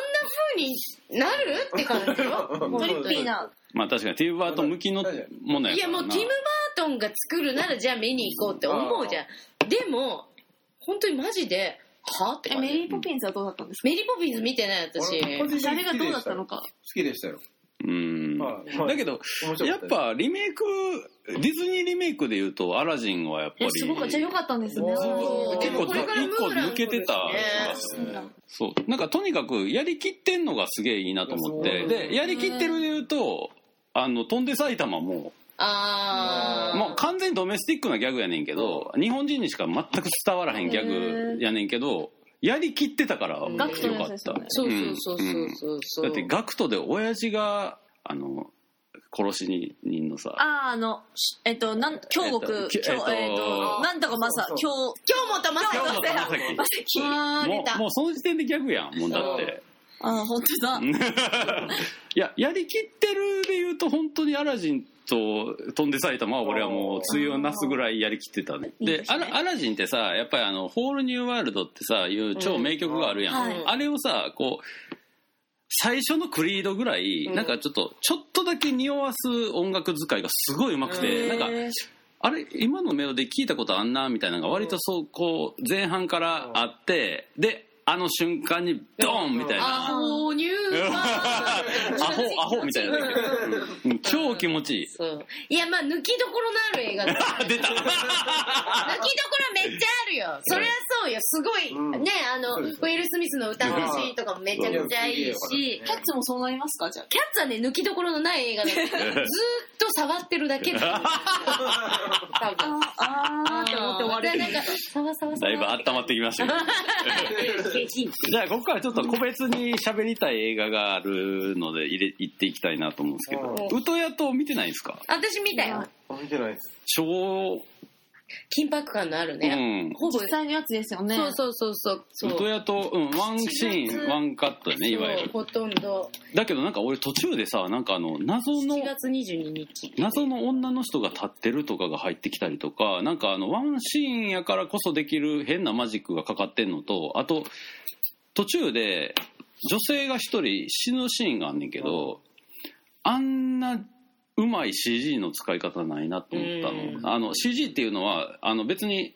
[SPEAKER 3] 風になるって感
[SPEAKER 2] [LAUGHS]
[SPEAKER 3] じよ [LAUGHS]
[SPEAKER 2] うん
[SPEAKER 4] トリッピーな。
[SPEAKER 1] まあ確かにティーバートン向きのものや
[SPEAKER 3] い
[SPEAKER 1] か
[SPEAKER 3] や
[SPEAKER 1] らな
[SPEAKER 3] もうティム・バートンが作るならじゃあ見に行こうって思うじゃんでも本当にマジではって
[SPEAKER 4] え、
[SPEAKER 3] 感
[SPEAKER 4] メ
[SPEAKER 3] じ
[SPEAKER 4] リーポピンズはどうだったんですか
[SPEAKER 3] メリー・ポピンズ見てない私
[SPEAKER 2] 俺個人的に
[SPEAKER 4] あれがどうだったのか。
[SPEAKER 2] 好きでしたよ
[SPEAKER 1] うん
[SPEAKER 2] はいはい
[SPEAKER 1] だけど
[SPEAKER 2] 面白か
[SPEAKER 1] やった
[SPEAKER 2] です
[SPEAKER 1] ぱリメイクディズニーリメイクで言うと「アラジン」はやっぱ
[SPEAKER 4] い
[SPEAKER 1] り
[SPEAKER 4] や、すごく、じゃあよかったんですね。
[SPEAKER 2] おー
[SPEAKER 1] 結構
[SPEAKER 3] これから
[SPEAKER 1] 一個
[SPEAKER 3] ムーラン
[SPEAKER 1] 抜けてた気がす
[SPEAKER 4] そ
[SPEAKER 1] る
[SPEAKER 4] うだ
[SPEAKER 1] そうなんかとにかくやりきってんのがすげえいいなと思って
[SPEAKER 2] そう
[SPEAKER 1] でやりきってるで言うとあの飛んで埼玉も
[SPEAKER 3] あー
[SPEAKER 1] もう完全にドメスティックなギャグやねんけど日本人にしか全く伝わらへんギャグやねんけどやりきってたからよかっ
[SPEAKER 3] ガクトの
[SPEAKER 4] やつです
[SPEAKER 1] た
[SPEAKER 4] よね
[SPEAKER 3] そうそうそ
[SPEAKER 1] ん
[SPEAKER 3] うんそうそう、
[SPEAKER 1] だってガクトで親父があの殺し人のさ
[SPEAKER 4] あーあのしえっとなん京極
[SPEAKER 1] えっとき
[SPEAKER 4] 京えっと
[SPEAKER 1] えっと
[SPEAKER 4] なんとかまさ
[SPEAKER 2] そう
[SPEAKER 4] 京
[SPEAKER 3] 今日もたまさ
[SPEAKER 1] 京
[SPEAKER 3] か
[SPEAKER 1] 本政樹
[SPEAKER 4] まさき
[SPEAKER 3] あー
[SPEAKER 1] も
[SPEAKER 3] 出
[SPEAKER 1] う
[SPEAKER 3] た
[SPEAKER 1] もうその時点でギャグやんもうだって
[SPEAKER 4] あー本当だ
[SPEAKER 1] いややりきってるで言うと本当にアラジンと飛んで埼玉は俺はもう通用なすぐらいやりきってたね
[SPEAKER 4] いい
[SPEAKER 1] で
[SPEAKER 4] です
[SPEAKER 1] ア
[SPEAKER 4] ね
[SPEAKER 1] ラアラジンってさやっぱりあの「ホールニューワールド」ってさいう超名曲があるやん、
[SPEAKER 4] うん
[SPEAKER 3] はい
[SPEAKER 1] あれをさこう最初のクリードぐらい、
[SPEAKER 3] うん
[SPEAKER 1] なんかちょっとちょっとだけ匂わす音楽使いがすごい上手くて、
[SPEAKER 3] へー
[SPEAKER 1] なんかあれ今のメロディー聞いたことあんなみたいなのが割とそうこう前半からあってであの瞬間にドーンみたい
[SPEAKER 3] ア
[SPEAKER 1] な
[SPEAKER 3] ホニューマン
[SPEAKER 1] [LAUGHS] アホアホみたいな時うん超気持ちいい
[SPEAKER 3] そういやまあ抜きどころのある映画だ
[SPEAKER 1] あ出た
[SPEAKER 3] 抜きどころめっちゃあるよそりゃそうよすごい、
[SPEAKER 2] うん
[SPEAKER 3] ねあの
[SPEAKER 2] そう
[SPEAKER 3] ウ
[SPEAKER 2] で
[SPEAKER 3] ィ
[SPEAKER 2] すね
[SPEAKER 3] ル・スミスの歌のシーンとかもめちゃくちゃいいし、
[SPEAKER 4] キャッツもそうなりますかじゃあ
[SPEAKER 3] キャッツはね抜きどころのない映画だからずーっと触ってるだけだよ多分
[SPEAKER 4] あーあーって思って終わる
[SPEAKER 3] なんかサワサワ
[SPEAKER 1] [LAUGHS] だ
[SPEAKER 3] サワ
[SPEAKER 1] いぶ温まってきましたけど
[SPEAKER 3] 下品
[SPEAKER 1] じゃあここからちょっと個別に喋りたい映画があるので入れ行っていきたいなと思うんですけど
[SPEAKER 2] う
[SPEAKER 1] ウトヤと見てないんですか
[SPEAKER 3] 私見たよ
[SPEAKER 2] 見てないです。
[SPEAKER 1] 超
[SPEAKER 3] 緊迫感のある
[SPEAKER 1] う
[SPEAKER 3] ね、
[SPEAKER 1] ん
[SPEAKER 3] ほぼ
[SPEAKER 4] 実際のやつですよね
[SPEAKER 3] そうそうそうそうそ
[SPEAKER 1] ウ
[SPEAKER 3] う
[SPEAKER 1] トヤと、うん、ワンシーンワンカットやねいわゆ
[SPEAKER 3] そう
[SPEAKER 1] る
[SPEAKER 3] ほとんど
[SPEAKER 1] だけどなんか俺途中でさなんかあの謎の
[SPEAKER 3] 7月22日
[SPEAKER 1] 謎の女の人が立ってるとかが入ってきたりとかなんかあのワンシーンやからこそできる変なマジックがかかってんのとあと途中で女性が一人死ぬシーンがあんねんけどあんなうまい CG の使い方ないなと思ったの,、
[SPEAKER 3] うん
[SPEAKER 1] あの CG っていうのはあの別に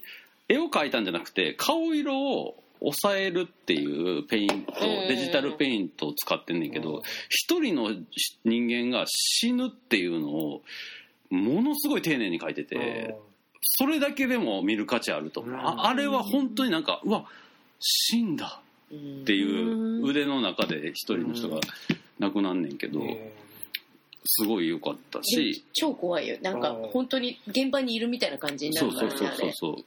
[SPEAKER 1] 絵を描いたんじゃなくて顔色を抑えるっていうペイント
[SPEAKER 3] うん
[SPEAKER 1] デジタルペイントを使ってんねんけど一人の人間が死ぬっていうのをものすごい丁寧に書いててそれだけでも見る価値あると思う
[SPEAKER 2] うん
[SPEAKER 1] ああれは本当になんかうわ死んだ
[SPEAKER 3] うん
[SPEAKER 1] っていううん腕の中で一人の人が亡くなんねんけどすごい良かったし
[SPEAKER 3] 超怖いよなんか
[SPEAKER 2] うん
[SPEAKER 3] 本当に現場にいるみたいな感じにな
[SPEAKER 1] そう
[SPEAKER 3] るか
[SPEAKER 1] そ
[SPEAKER 3] ら
[SPEAKER 1] う
[SPEAKER 3] ね
[SPEAKER 1] そうそうそ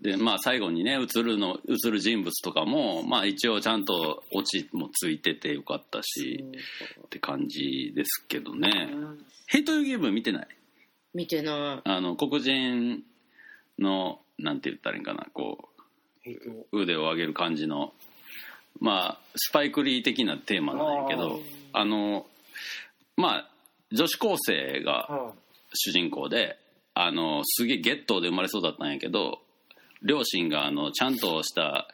[SPEAKER 1] うでまあ最後にね映るの映る人物とかもまあ一応ちゃんとオチもついててよかった
[SPEAKER 3] あれ
[SPEAKER 1] しって感じですけどね「ヘイト・ユー・ゲーム」見てない
[SPEAKER 3] 見
[SPEAKER 1] [LAUGHS]
[SPEAKER 3] てな
[SPEAKER 1] あの黒人のなんて言ったらいいんかなこ
[SPEAKER 2] えっと
[SPEAKER 1] う腕を上げる感じのまあスパイクリー的なテーマなんやけ
[SPEAKER 3] い
[SPEAKER 1] どあのまあ女子高生が
[SPEAKER 2] は
[SPEAKER 1] 主人公であのすげえゲットで生まれそうだったんやけど両親があのちゃんとした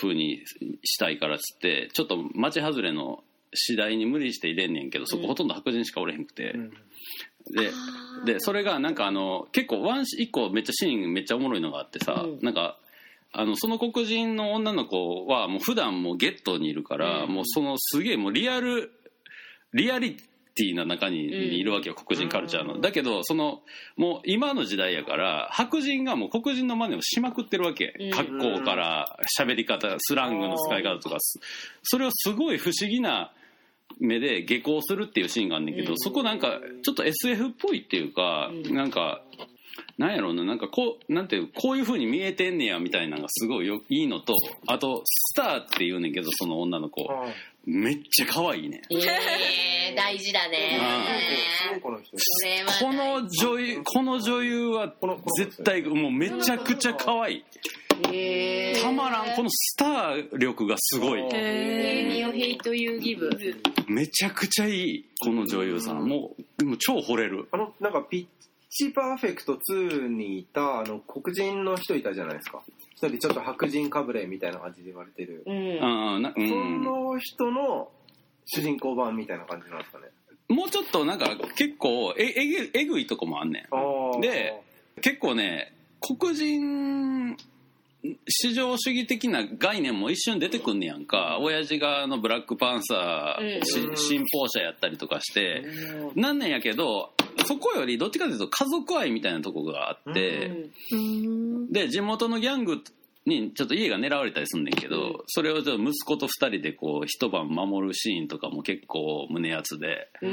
[SPEAKER 1] 風にしたいからっつってちょっと町外れの次第に無理して入れんねんけどそこほとんど白人しかおれへんくて
[SPEAKER 2] い、うん
[SPEAKER 1] で
[SPEAKER 3] あー
[SPEAKER 1] でそれがなんかあの結構ワンシ一個めっちゃシーンめっちゃおもろいのがあってさ、
[SPEAKER 3] うん
[SPEAKER 1] なんかあのその黒人の女の子はもう普段もうゲットにいるから、
[SPEAKER 3] うん
[SPEAKER 1] もうそのすげえもうリアルリアリティな中に,、
[SPEAKER 3] うん
[SPEAKER 1] いるわけよ黒人カルチャーの、
[SPEAKER 2] うん
[SPEAKER 1] だけどそのもう今の時代やから白人がもう黒人の真似をしまくってるわけ、
[SPEAKER 3] うん
[SPEAKER 1] 格好から喋り方スラングの使い方とかすそれをすごい不思議な目で下校するっていうシーンがあんねんけど、
[SPEAKER 3] うん
[SPEAKER 1] そこなんかちょっと SF っぽいっていうか、
[SPEAKER 3] うん
[SPEAKER 1] なんかなんやろうななんかこうなんていうこういう風に見えてんねやみたいなのがすごいよいいのとあとスターって言うねんけどその女の子
[SPEAKER 2] はい
[SPEAKER 1] めっちゃ可愛いね
[SPEAKER 3] えー大事だね
[SPEAKER 2] うんこの人
[SPEAKER 3] それは
[SPEAKER 1] この女優この女優は
[SPEAKER 2] このこの
[SPEAKER 1] 絶対もうめちゃくちゃ可愛い
[SPEAKER 3] えー
[SPEAKER 1] たまらんこのスター力がすごい
[SPEAKER 2] へ
[SPEAKER 3] えー
[SPEAKER 4] へ
[SPEAKER 3] ネ
[SPEAKER 4] ー
[SPEAKER 3] オヘイトユーギブ
[SPEAKER 1] めちゃくちゃいいこの女優さんもうもう超惚れる
[SPEAKER 2] あのなんかピッチパーフェクト2にいたあの黒人の人いたじゃないですか一人ちょっと白人かぶれみたいな感じで言われてる、
[SPEAKER 3] うん
[SPEAKER 1] うんなう
[SPEAKER 2] そ
[SPEAKER 1] ん
[SPEAKER 2] の人の主人公版みたいな感じなんですかね
[SPEAKER 1] もうちょっとなんか結構ええぐえぐいとこもあんね
[SPEAKER 2] あー
[SPEAKER 1] でん結構ね黒人至上主義的な概念も一瞬出てくんねやんか親父があのブラックパンサー、し
[SPEAKER 2] うん
[SPEAKER 1] 信奉者やったりとかして、なんねんやけどそこよりどっちかというと家族愛みたいなとこがあって、
[SPEAKER 3] うん
[SPEAKER 4] うーん
[SPEAKER 1] で地元のギャングにちょっと家が狙われたりすんねんけど、
[SPEAKER 3] うん
[SPEAKER 1] それをちょっと息子と二人でこう一晩守るシーンとかも結構胸熱で、
[SPEAKER 3] うー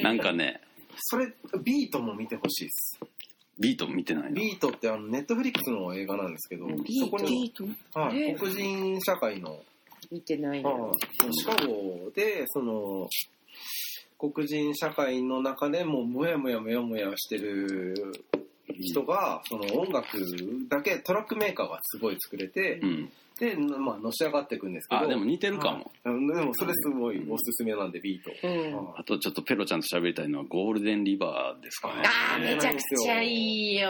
[SPEAKER 3] ん
[SPEAKER 1] なんかね
[SPEAKER 2] それビートも見てほしいです
[SPEAKER 1] ビート見てないの
[SPEAKER 2] ビートってあのネットフリックスの映画なんですけど、
[SPEAKER 1] うん
[SPEAKER 2] そこに、
[SPEAKER 4] ト
[SPEAKER 2] は
[SPEAKER 3] え
[SPEAKER 2] い、
[SPEAKER 3] ー
[SPEAKER 2] 黒人社会の
[SPEAKER 3] 見てない
[SPEAKER 2] あ
[SPEAKER 3] の
[SPEAKER 2] あシカゴでその黒人社会の中でもうモヤモヤモヤモヤしてる人がその音楽だけトラックメーカーがすごい作れて
[SPEAKER 1] うん
[SPEAKER 2] で、まあ、のし上がっていくんですけど
[SPEAKER 1] あでも似てるかも、
[SPEAKER 2] うんでもそれすごいおすすめなんでビート、
[SPEAKER 3] うん
[SPEAKER 2] ああ
[SPEAKER 1] あとちょっとペロちゃんと喋りたいのはゴールデンリバーですかね
[SPEAKER 3] あーめちゃくちゃいいよ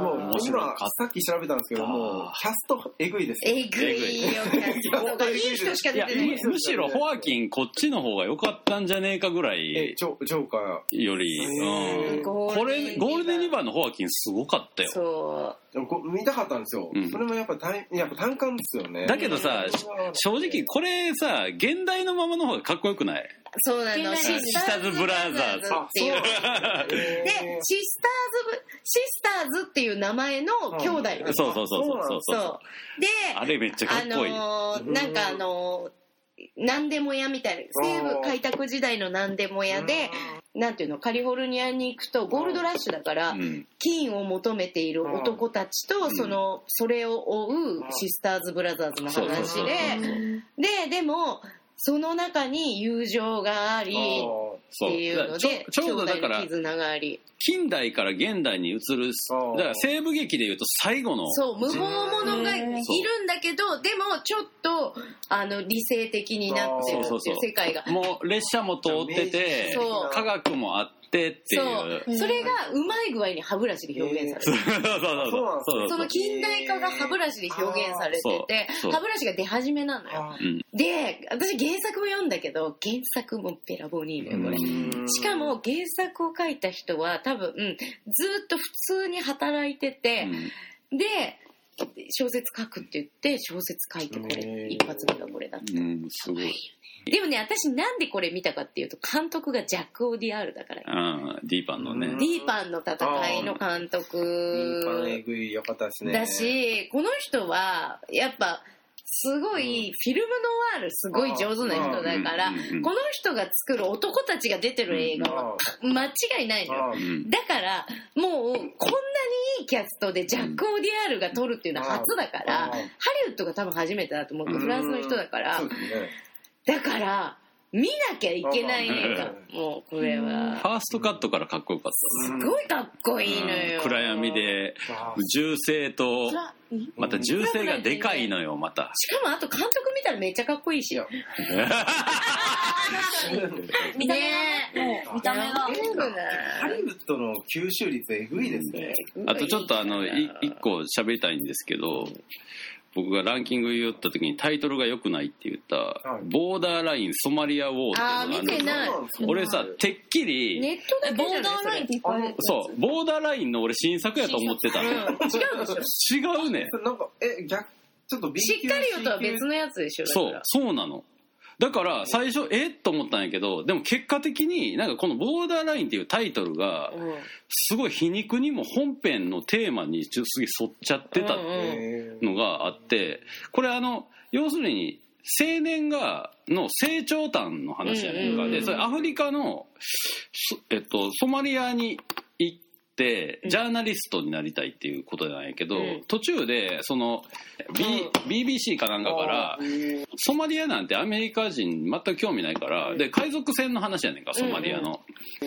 [SPEAKER 2] もう
[SPEAKER 1] 面
[SPEAKER 2] 僕
[SPEAKER 1] 白かっ
[SPEAKER 2] ら
[SPEAKER 1] た
[SPEAKER 2] さっき調べたんですけどもうキャストえぐいです
[SPEAKER 3] えぐいよ
[SPEAKER 2] 本当
[SPEAKER 3] い
[SPEAKER 2] に
[SPEAKER 3] い人しか
[SPEAKER 1] い
[SPEAKER 3] 出
[SPEAKER 1] や
[SPEAKER 3] てないよ
[SPEAKER 1] むむしろホアキンこっちの方が良かったんじゃねえかぐら
[SPEAKER 2] え
[SPEAKER 1] い
[SPEAKER 2] ジョジョーカー
[SPEAKER 1] より、
[SPEAKER 2] へ
[SPEAKER 1] うん
[SPEAKER 2] え
[SPEAKER 3] ゴ
[SPEAKER 1] これゴールデンリバーのホアキンすごかったよ
[SPEAKER 3] そ
[SPEAKER 2] でもこ見たかったんですよ、
[SPEAKER 1] うん
[SPEAKER 2] それもやっぱ単やっぱ単感ですよね
[SPEAKER 1] だけどさ正直これさ現代のままの方がかっこよくないう
[SPEAKER 3] そうなの
[SPEAKER 4] シ
[SPEAKER 1] スターズブラザーズ
[SPEAKER 3] っていう
[SPEAKER 2] え
[SPEAKER 3] で
[SPEAKER 2] ー
[SPEAKER 3] シスターズブシスターズっていう名前の兄弟です
[SPEAKER 1] そうそうそうそうそう
[SPEAKER 3] そ
[SPEAKER 1] そう
[SPEAKER 3] うで
[SPEAKER 1] あれめっちゃかっ
[SPEAKER 3] あ
[SPEAKER 1] こいい、
[SPEAKER 3] のーなんかあのー何でも屋みたいな西部開拓時代の何でも屋で、なんていうのカリフォルニアに行くとゴールドラッシュだから、
[SPEAKER 1] うん
[SPEAKER 3] 金を求めている男たちと、
[SPEAKER 1] ん
[SPEAKER 3] そのそれを追うシスターズ・ブラザーズの
[SPEAKER 1] そうそうそ
[SPEAKER 3] 話
[SPEAKER 1] う
[SPEAKER 3] でででもその中に友情がありっ
[SPEAKER 1] そう
[SPEAKER 3] ていうの
[SPEAKER 1] だからちょ
[SPEAKER 3] で
[SPEAKER 1] ちょうどだか
[SPEAKER 3] 兄弟の
[SPEAKER 1] ら
[SPEAKER 3] 絆があり
[SPEAKER 1] 近代から現代に移る
[SPEAKER 2] あー
[SPEAKER 1] だから西部劇でいうと最後の
[SPEAKER 3] そう無謀者がいる
[SPEAKER 4] う
[SPEAKER 3] ん
[SPEAKER 4] ん
[SPEAKER 3] だけどでもちょっとあの理性的になってる
[SPEAKER 1] あーそう
[SPEAKER 3] っ
[SPEAKER 1] そ
[SPEAKER 3] ていうう
[SPEAKER 1] そう
[SPEAKER 3] 世界が
[SPEAKER 1] もう列車も通ってて
[SPEAKER 3] そう
[SPEAKER 1] 科学もあってっていう
[SPEAKER 3] そうそれがうまい具合に歯ブラシで表現され
[SPEAKER 1] そ
[SPEAKER 3] て
[SPEAKER 1] う
[SPEAKER 3] る。
[SPEAKER 1] そうそう
[SPEAKER 2] そうなんです
[SPEAKER 1] そうそ
[SPEAKER 3] そう
[SPEAKER 2] ね
[SPEAKER 1] そ
[SPEAKER 3] の
[SPEAKER 1] う
[SPEAKER 3] 近代化が歯ブラシで表現されてて
[SPEAKER 1] あーそうそう
[SPEAKER 3] 歯ブラシが出始めなのよ。で私原作も読んだけど原作もべらぼうにいいのよこれ。しかも原作を書いた人は多分、うんずーっと普通に働いて
[SPEAKER 1] う
[SPEAKER 3] て、
[SPEAKER 1] ん
[SPEAKER 3] で小説書くって言って小説書いてこ
[SPEAKER 2] へ
[SPEAKER 3] れ
[SPEAKER 2] ー
[SPEAKER 3] 一発目がこれだった。
[SPEAKER 1] うん、すごい、
[SPEAKER 3] でもね私なんでこれ見たかっていうと監督がジャック・オーディアールだから。
[SPEAKER 1] うん、ディーパンのね
[SPEAKER 2] う
[SPEAKER 3] デ
[SPEAKER 2] ん
[SPEAKER 3] ィーパンの戦いの監督
[SPEAKER 2] パンえぐいよかったですね
[SPEAKER 3] だし、この人は、やっぱ、すごい、フィルムノワールすごい上手な人だから
[SPEAKER 1] うんうんうんうん、
[SPEAKER 3] この人が作る男たちが出てる映画は間違いないのよ。
[SPEAKER 2] あ
[SPEAKER 1] うん
[SPEAKER 3] だから、もう、こんなにいいキャストでジャック・オーディアールが撮るっていうのは初だから、
[SPEAKER 2] うん
[SPEAKER 3] ハリウッドが多分初めてだと思うけど、
[SPEAKER 1] うん
[SPEAKER 3] フランスの人だから
[SPEAKER 2] そ、うですね
[SPEAKER 3] だから、見なきゃいけない映画、もう、これ
[SPEAKER 1] フ
[SPEAKER 3] は。
[SPEAKER 1] ァーストカットからかっこよかっ
[SPEAKER 3] すごいかっこ
[SPEAKER 1] た、
[SPEAKER 3] いいのよ。
[SPEAKER 1] うん暗闇。で
[SPEAKER 2] あ
[SPEAKER 1] 銃声とまた銃声がでかいのよまた
[SPEAKER 3] しかも、あと監督見たらめっちゃかっこいい
[SPEAKER 2] い
[SPEAKER 3] し。 [LAUGHS]
[SPEAKER 2] や
[SPEAKER 4] 見た目が
[SPEAKER 3] ね
[SPEAKER 4] もう見た目が
[SPEAKER 3] えぐ
[SPEAKER 2] ハ
[SPEAKER 3] ない
[SPEAKER 2] リウッドの吸収率えぐいですね
[SPEAKER 1] あとちょっとあのい一個喋りたいんですけど僕がランキング言った時にタイトルが良くないって言った
[SPEAKER 2] はい
[SPEAKER 1] 「ボーダーラインソマリア・ウォー」っていうのがあるんです
[SPEAKER 3] あー見て
[SPEAKER 1] よ
[SPEAKER 3] ない
[SPEAKER 1] 俺さてっきり、
[SPEAKER 3] ネットだけ
[SPEAKER 4] ボ
[SPEAKER 3] じゃ
[SPEAKER 4] ー
[SPEAKER 3] ない
[SPEAKER 4] ダーラインっていっぱいある
[SPEAKER 1] そうボーダーラインの俺新作やと思ってたのよ
[SPEAKER 2] 違うで
[SPEAKER 1] 違うね
[SPEAKER 2] なんかえ逆ちょっと B
[SPEAKER 3] しっかり言うとは別のやつでしょだか
[SPEAKER 1] そう
[SPEAKER 3] ら
[SPEAKER 1] そうなのだから最初えっと思ったんやけどでも結果的になんかこの「ボーダーライン」っていうタイトルが
[SPEAKER 3] うん
[SPEAKER 1] すごい皮肉にも本編のテーマにすぎ沿っちゃってた
[SPEAKER 3] うん
[SPEAKER 1] のがあってこれあの要するに青年がの成長譚の話やねんか、
[SPEAKER 3] うんうんう
[SPEAKER 1] で
[SPEAKER 3] ん
[SPEAKER 1] それアフリカの、そえっと、ソマリアに行って
[SPEAKER 3] うん
[SPEAKER 1] ジャーナリストになりたいっていうことなんやけど、
[SPEAKER 3] うん
[SPEAKER 1] 途中でその、B BBC かなんかからソマリアなんてアメリカ人全く興味ないからで海賊船の話やねんかソマリアの。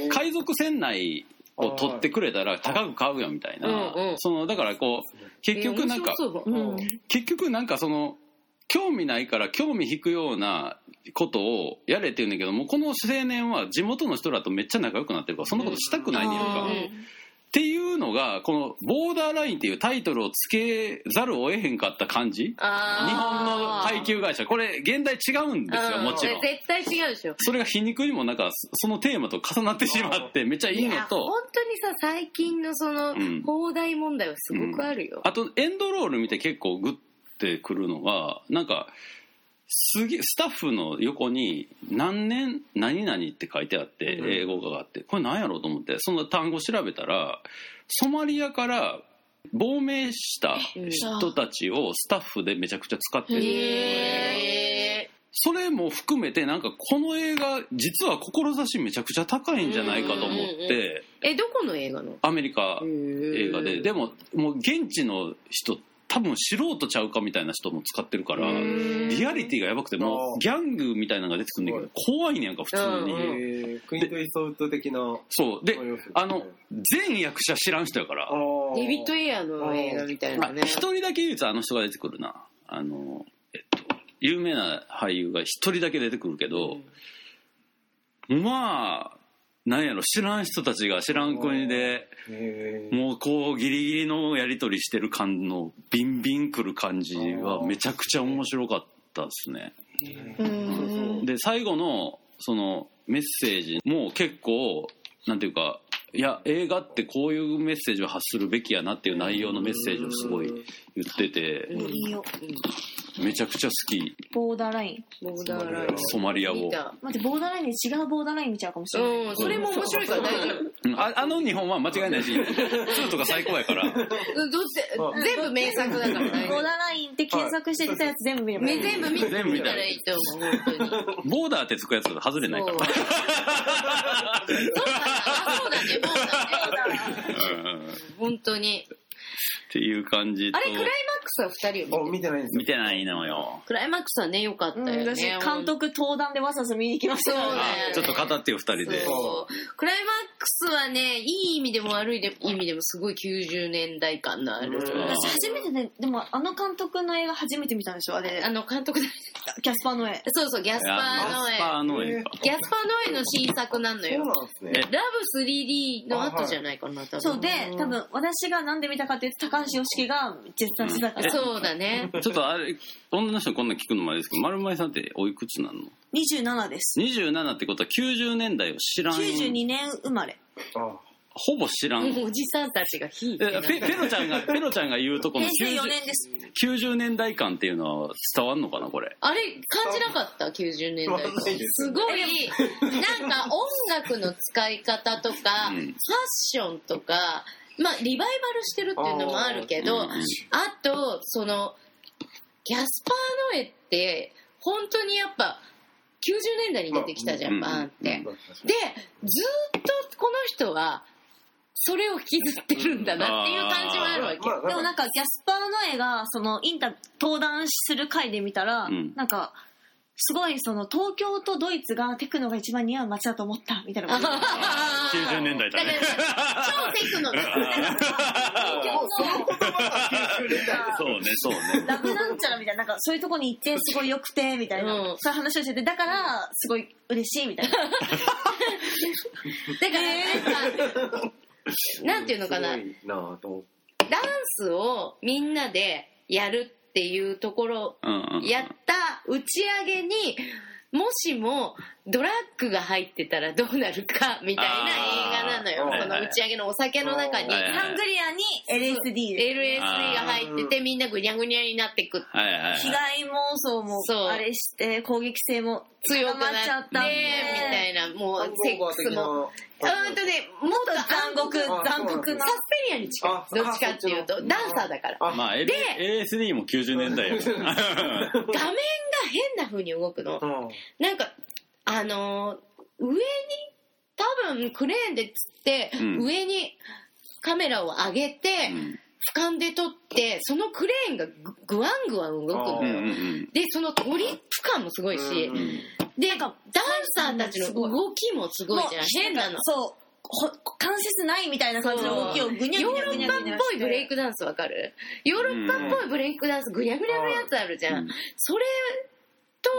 [SPEAKER 1] 海賊船内を取ってくれたら高く買うよみたいな、
[SPEAKER 3] うんうん
[SPEAKER 1] そのだからこう結局なんか
[SPEAKER 3] 面白そう
[SPEAKER 4] う
[SPEAKER 3] うん
[SPEAKER 4] ん
[SPEAKER 1] 結局なんかその興味ないから興味引くようなことをやれって言うんだけどもうこの青年は地元の人らとめっちゃ仲良くなってるからそんなことしたくないねんか、
[SPEAKER 3] う
[SPEAKER 1] っ
[SPEAKER 3] ん
[SPEAKER 1] ていうのがこの「ボーダーライン」っていうタイトルをつけざるを得へんかった感じ日本の
[SPEAKER 3] あー
[SPEAKER 1] 配給会社これ現代違うんですよ
[SPEAKER 3] う
[SPEAKER 1] もちろん
[SPEAKER 3] 絶対違うでしょ
[SPEAKER 1] それが皮肉にもなんかそのテーマと重なってしまってめっちゃいいの
[SPEAKER 3] や
[SPEAKER 1] と
[SPEAKER 3] 本当にさ最近のそ
[SPEAKER 1] う
[SPEAKER 3] の
[SPEAKER 1] ん
[SPEAKER 3] 放題問題はすごくあるよ
[SPEAKER 1] あとエンドロール見て結構グッてくるのがなんかすげスタッフの横に「何年何々」って書いてあって
[SPEAKER 2] うん
[SPEAKER 1] 英語があってこれ何やろうと思ってその単語調べたらソマリアから亡命した人たちをスタッフでめちゃくちゃ使ってる、
[SPEAKER 3] へ
[SPEAKER 1] それも含めてなんかこの映画実は志めちゃくちゃ高いんじゃないかと思って、
[SPEAKER 3] うんうんうんえどこの映画の
[SPEAKER 1] アメリカ映
[SPEAKER 3] 映
[SPEAKER 1] 画で、でももう現地の人多分素人ちゃうかみたいな人も使ってるから、リアリティがやばくても
[SPEAKER 2] あ
[SPEAKER 1] う
[SPEAKER 2] ー
[SPEAKER 1] ギャングみたいなのが出てくるんだけど怖いねやんか普通に、
[SPEAKER 3] うんうん
[SPEAKER 2] えークイント・イーストウッド的な
[SPEAKER 1] そうで
[SPEAKER 2] 要素
[SPEAKER 1] あの全役者知らん人やから
[SPEAKER 2] あー
[SPEAKER 3] デビッド・エアの映画みたい
[SPEAKER 1] あ
[SPEAKER 3] なね
[SPEAKER 1] 一人だけ唯一あの人が出てくるなあのえっと有名な俳優が一人だけ出てくるけど、まあなんやろ知らん人たちが知らん国で
[SPEAKER 2] へー
[SPEAKER 1] もうこうギリギリのやり取りしてる感のビンビン来る感じはめちゃくちゃ面白かったですね。
[SPEAKER 3] う
[SPEAKER 2] そうそ
[SPEAKER 3] ん
[SPEAKER 2] う
[SPEAKER 1] で最後のそのメッセージも結構なんていうかいや映画ってこういうメッセージを発するべきやなっていう内容のメッセージをすごい言ってて
[SPEAKER 3] うん
[SPEAKER 4] いいよ。
[SPEAKER 1] めちゃくちゃ好き
[SPEAKER 4] ボーダーライン。
[SPEAKER 3] ボーダーライン
[SPEAKER 1] ソマリアを
[SPEAKER 3] 見た
[SPEAKER 4] 待って、ボーダーラインで違うボーダーライン見ちゃうかもしれない。
[SPEAKER 3] うんそれも面白いから大丈
[SPEAKER 1] うんああの日本は間違い
[SPEAKER 3] [LAUGHS]
[SPEAKER 1] ないし2とか最高やから
[SPEAKER 3] 夫どうせ全部名作だから大
[SPEAKER 4] ボー
[SPEAKER 3] 丈
[SPEAKER 4] ダーラインって検索して出たやつ全部見れ
[SPEAKER 3] 夫
[SPEAKER 4] ばいい。
[SPEAKER 3] 全部見てみたらいいと思う本当に
[SPEAKER 1] ボーダーってつくやつ外れないから
[SPEAKER 3] そうあそうだねボーダーね
[SPEAKER 1] うんうんうんっ
[SPEAKER 3] 本当に
[SPEAKER 1] ていう感じと
[SPEAKER 3] あれクライマックスは2人を
[SPEAKER 2] あ見てないんですよ
[SPEAKER 1] 見てないのよ
[SPEAKER 3] クライマックスはね良かった
[SPEAKER 4] う
[SPEAKER 3] よ
[SPEAKER 4] ん、
[SPEAKER 3] ね、
[SPEAKER 4] 私、監督登壇でわざわざ見に行きましたから
[SPEAKER 3] そうだ
[SPEAKER 1] あ
[SPEAKER 3] よね
[SPEAKER 1] ちょっと語ってよ2人で
[SPEAKER 3] そうクライマックスはねいい意味でも悪い意味でもすごい90年代感のある
[SPEAKER 2] うん
[SPEAKER 4] 私初めてね、でもあの監督の映画初めて見たんでしょあれ
[SPEAKER 3] あ、の監督だ
[SPEAKER 4] キャスパーの絵。
[SPEAKER 3] そうそうギャス
[SPEAKER 1] い
[SPEAKER 3] パ
[SPEAKER 1] や
[SPEAKER 3] ーノ
[SPEAKER 1] マ
[SPEAKER 3] エ
[SPEAKER 1] スパーノエか
[SPEAKER 3] ギャスパーノエの新作なの
[SPEAKER 2] そう
[SPEAKER 3] よ
[SPEAKER 2] なんですね
[SPEAKER 3] ラブ 3D の後じゃないかな多分
[SPEAKER 4] そうで、多分私がなんで見たかって言うと高橋良樹が絶賛してたから。
[SPEAKER 3] [LAUGHS] そうだね
[SPEAKER 1] ちょっとあれ女の人にこんなん聞くのもあれですけど丸舞さんっておいくつなの
[SPEAKER 4] 27です。
[SPEAKER 1] 27ってことは90年代を知らん
[SPEAKER 4] 92年生まれ。
[SPEAKER 2] あ
[SPEAKER 1] ほぼ知らんえ
[SPEAKER 3] おじさんたちが引いて
[SPEAKER 1] ペペロちゃんがペロちゃんが言うとこの
[SPEAKER 4] 平成
[SPEAKER 1] 90,
[SPEAKER 4] 4年です。
[SPEAKER 1] 90年代感っていうのは伝わんのかなこれ
[SPEAKER 3] あれ感じなかった90年代
[SPEAKER 2] わかんないです
[SPEAKER 3] すごいなんか音楽の使い方とか、
[SPEAKER 1] うん
[SPEAKER 3] ファッションとかまあリバイバルしてるっていうのもあるけど
[SPEAKER 1] あ
[SPEAKER 3] あ,、
[SPEAKER 1] ーうん
[SPEAKER 3] とそのギャスパー・ノエって本当にやっぱ90年代に出てきたじゃ
[SPEAKER 1] うん
[SPEAKER 3] んバーンって。
[SPEAKER 1] うん
[SPEAKER 3] でずーっとこの人はそれを引きずってるんだなっていう感じもあるわけ。
[SPEAKER 2] まあ
[SPEAKER 4] でもなんかギャスパーの絵がそのインタ登壇する回で見たら、
[SPEAKER 1] うん
[SPEAKER 4] なんかすごいその東京とドイツがテクノが一番似合う街だと思ったみたいなこと言ってた
[SPEAKER 1] 90年代だね
[SPEAKER 3] だから超テクノだ
[SPEAKER 2] もうその言葉が90年代
[SPEAKER 1] そうねそうね
[SPEAKER 4] ラブなんちゃらみたいななんかそういうとこに行ってすごい良くてみたいな、
[SPEAKER 3] うん
[SPEAKER 4] そういう話をしててだからすごい嬉しいみたいな
[SPEAKER 3] だからなんか、なんていうのかな、ダン
[SPEAKER 2] すごいなぁと思って
[SPEAKER 3] スをみんなでやるっていうところ、
[SPEAKER 1] うんうん
[SPEAKER 3] やった打ち上げに、もしもドラッグが入ってたらどうなるかみたいな映画なの
[SPEAKER 2] あー
[SPEAKER 3] よ。その打ち上げのお酒の中に
[SPEAKER 1] はいはい
[SPEAKER 4] ハングリアに LSD で
[SPEAKER 3] LSD が入っててみんなぐにゃぐにゃになってくって
[SPEAKER 1] はいはいはい
[SPEAKER 4] 被害妄想も
[SPEAKER 3] そう
[SPEAKER 4] あれして攻撃性も
[SPEAKER 3] 強くなっ
[SPEAKER 4] 高まっちゃっ
[SPEAKER 3] て
[SPEAKER 4] たんで
[SPEAKER 3] みたいなもうセックスも。うーんとねもっと
[SPEAKER 4] 残酷
[SPEAKER 2] あ
[SPEAKER 4] 残酷な
[SPEAKER 3] サスペリアに近いどっちかっていうとダンサーだから
[SPEAKER 1] まあ L- LSD も90年代やから
[SPEAKER 3] 画面が変な風に動くの
[SPEAKER 2] うん
[SPEAKER 3] なんかあのー上に多分クレーンでつって、
[SPEAKER 1] うん
[SPEAKER 3] 上にカメラを上げて、
[SPEAKER 1] うん
[SPEAKER 3] 俯瞰で撮ってそのクレーンがぐぐわんぐわん動く
[SPEAKER 1] うん
[SPEAKER 3] の
[SPEAKER 1] うんうん
[SPEAKER 3] でそのトリップ感もすごいし、
[SPEAKER 2] う
[SPEAKER 1] うん
[SPEAKER 3] でなんかダンサーたちの動きもすごいじゃん変なの
[SPEAKER 4] そうほ関節ないみたいな感じの動きをぐにゃ
[SPEAKER 3] ヨ
[SPEAKER 4] ぐ
[SPEAKER 3] ー
[SPEAKER 4] にゃ
[SPEAKER 3] ロ
[SPEAKER 4] ぐに
[SPEAKER 3] ッ
[SPEAKER 4] ゃ
[SPEAKER 3] パっ
[SPEAKER 4] ぐ
[SPEAKER 3] ぽ
[SPEAKER 4] にゃ
[SPEAKER 3] いブレイクダンスわかるヨーロッパっぽいブレイクダンスぐにゃぐにゃのやつあるじゃん、
[SPEAKER 1] うん
[SPEAKER 3] それと、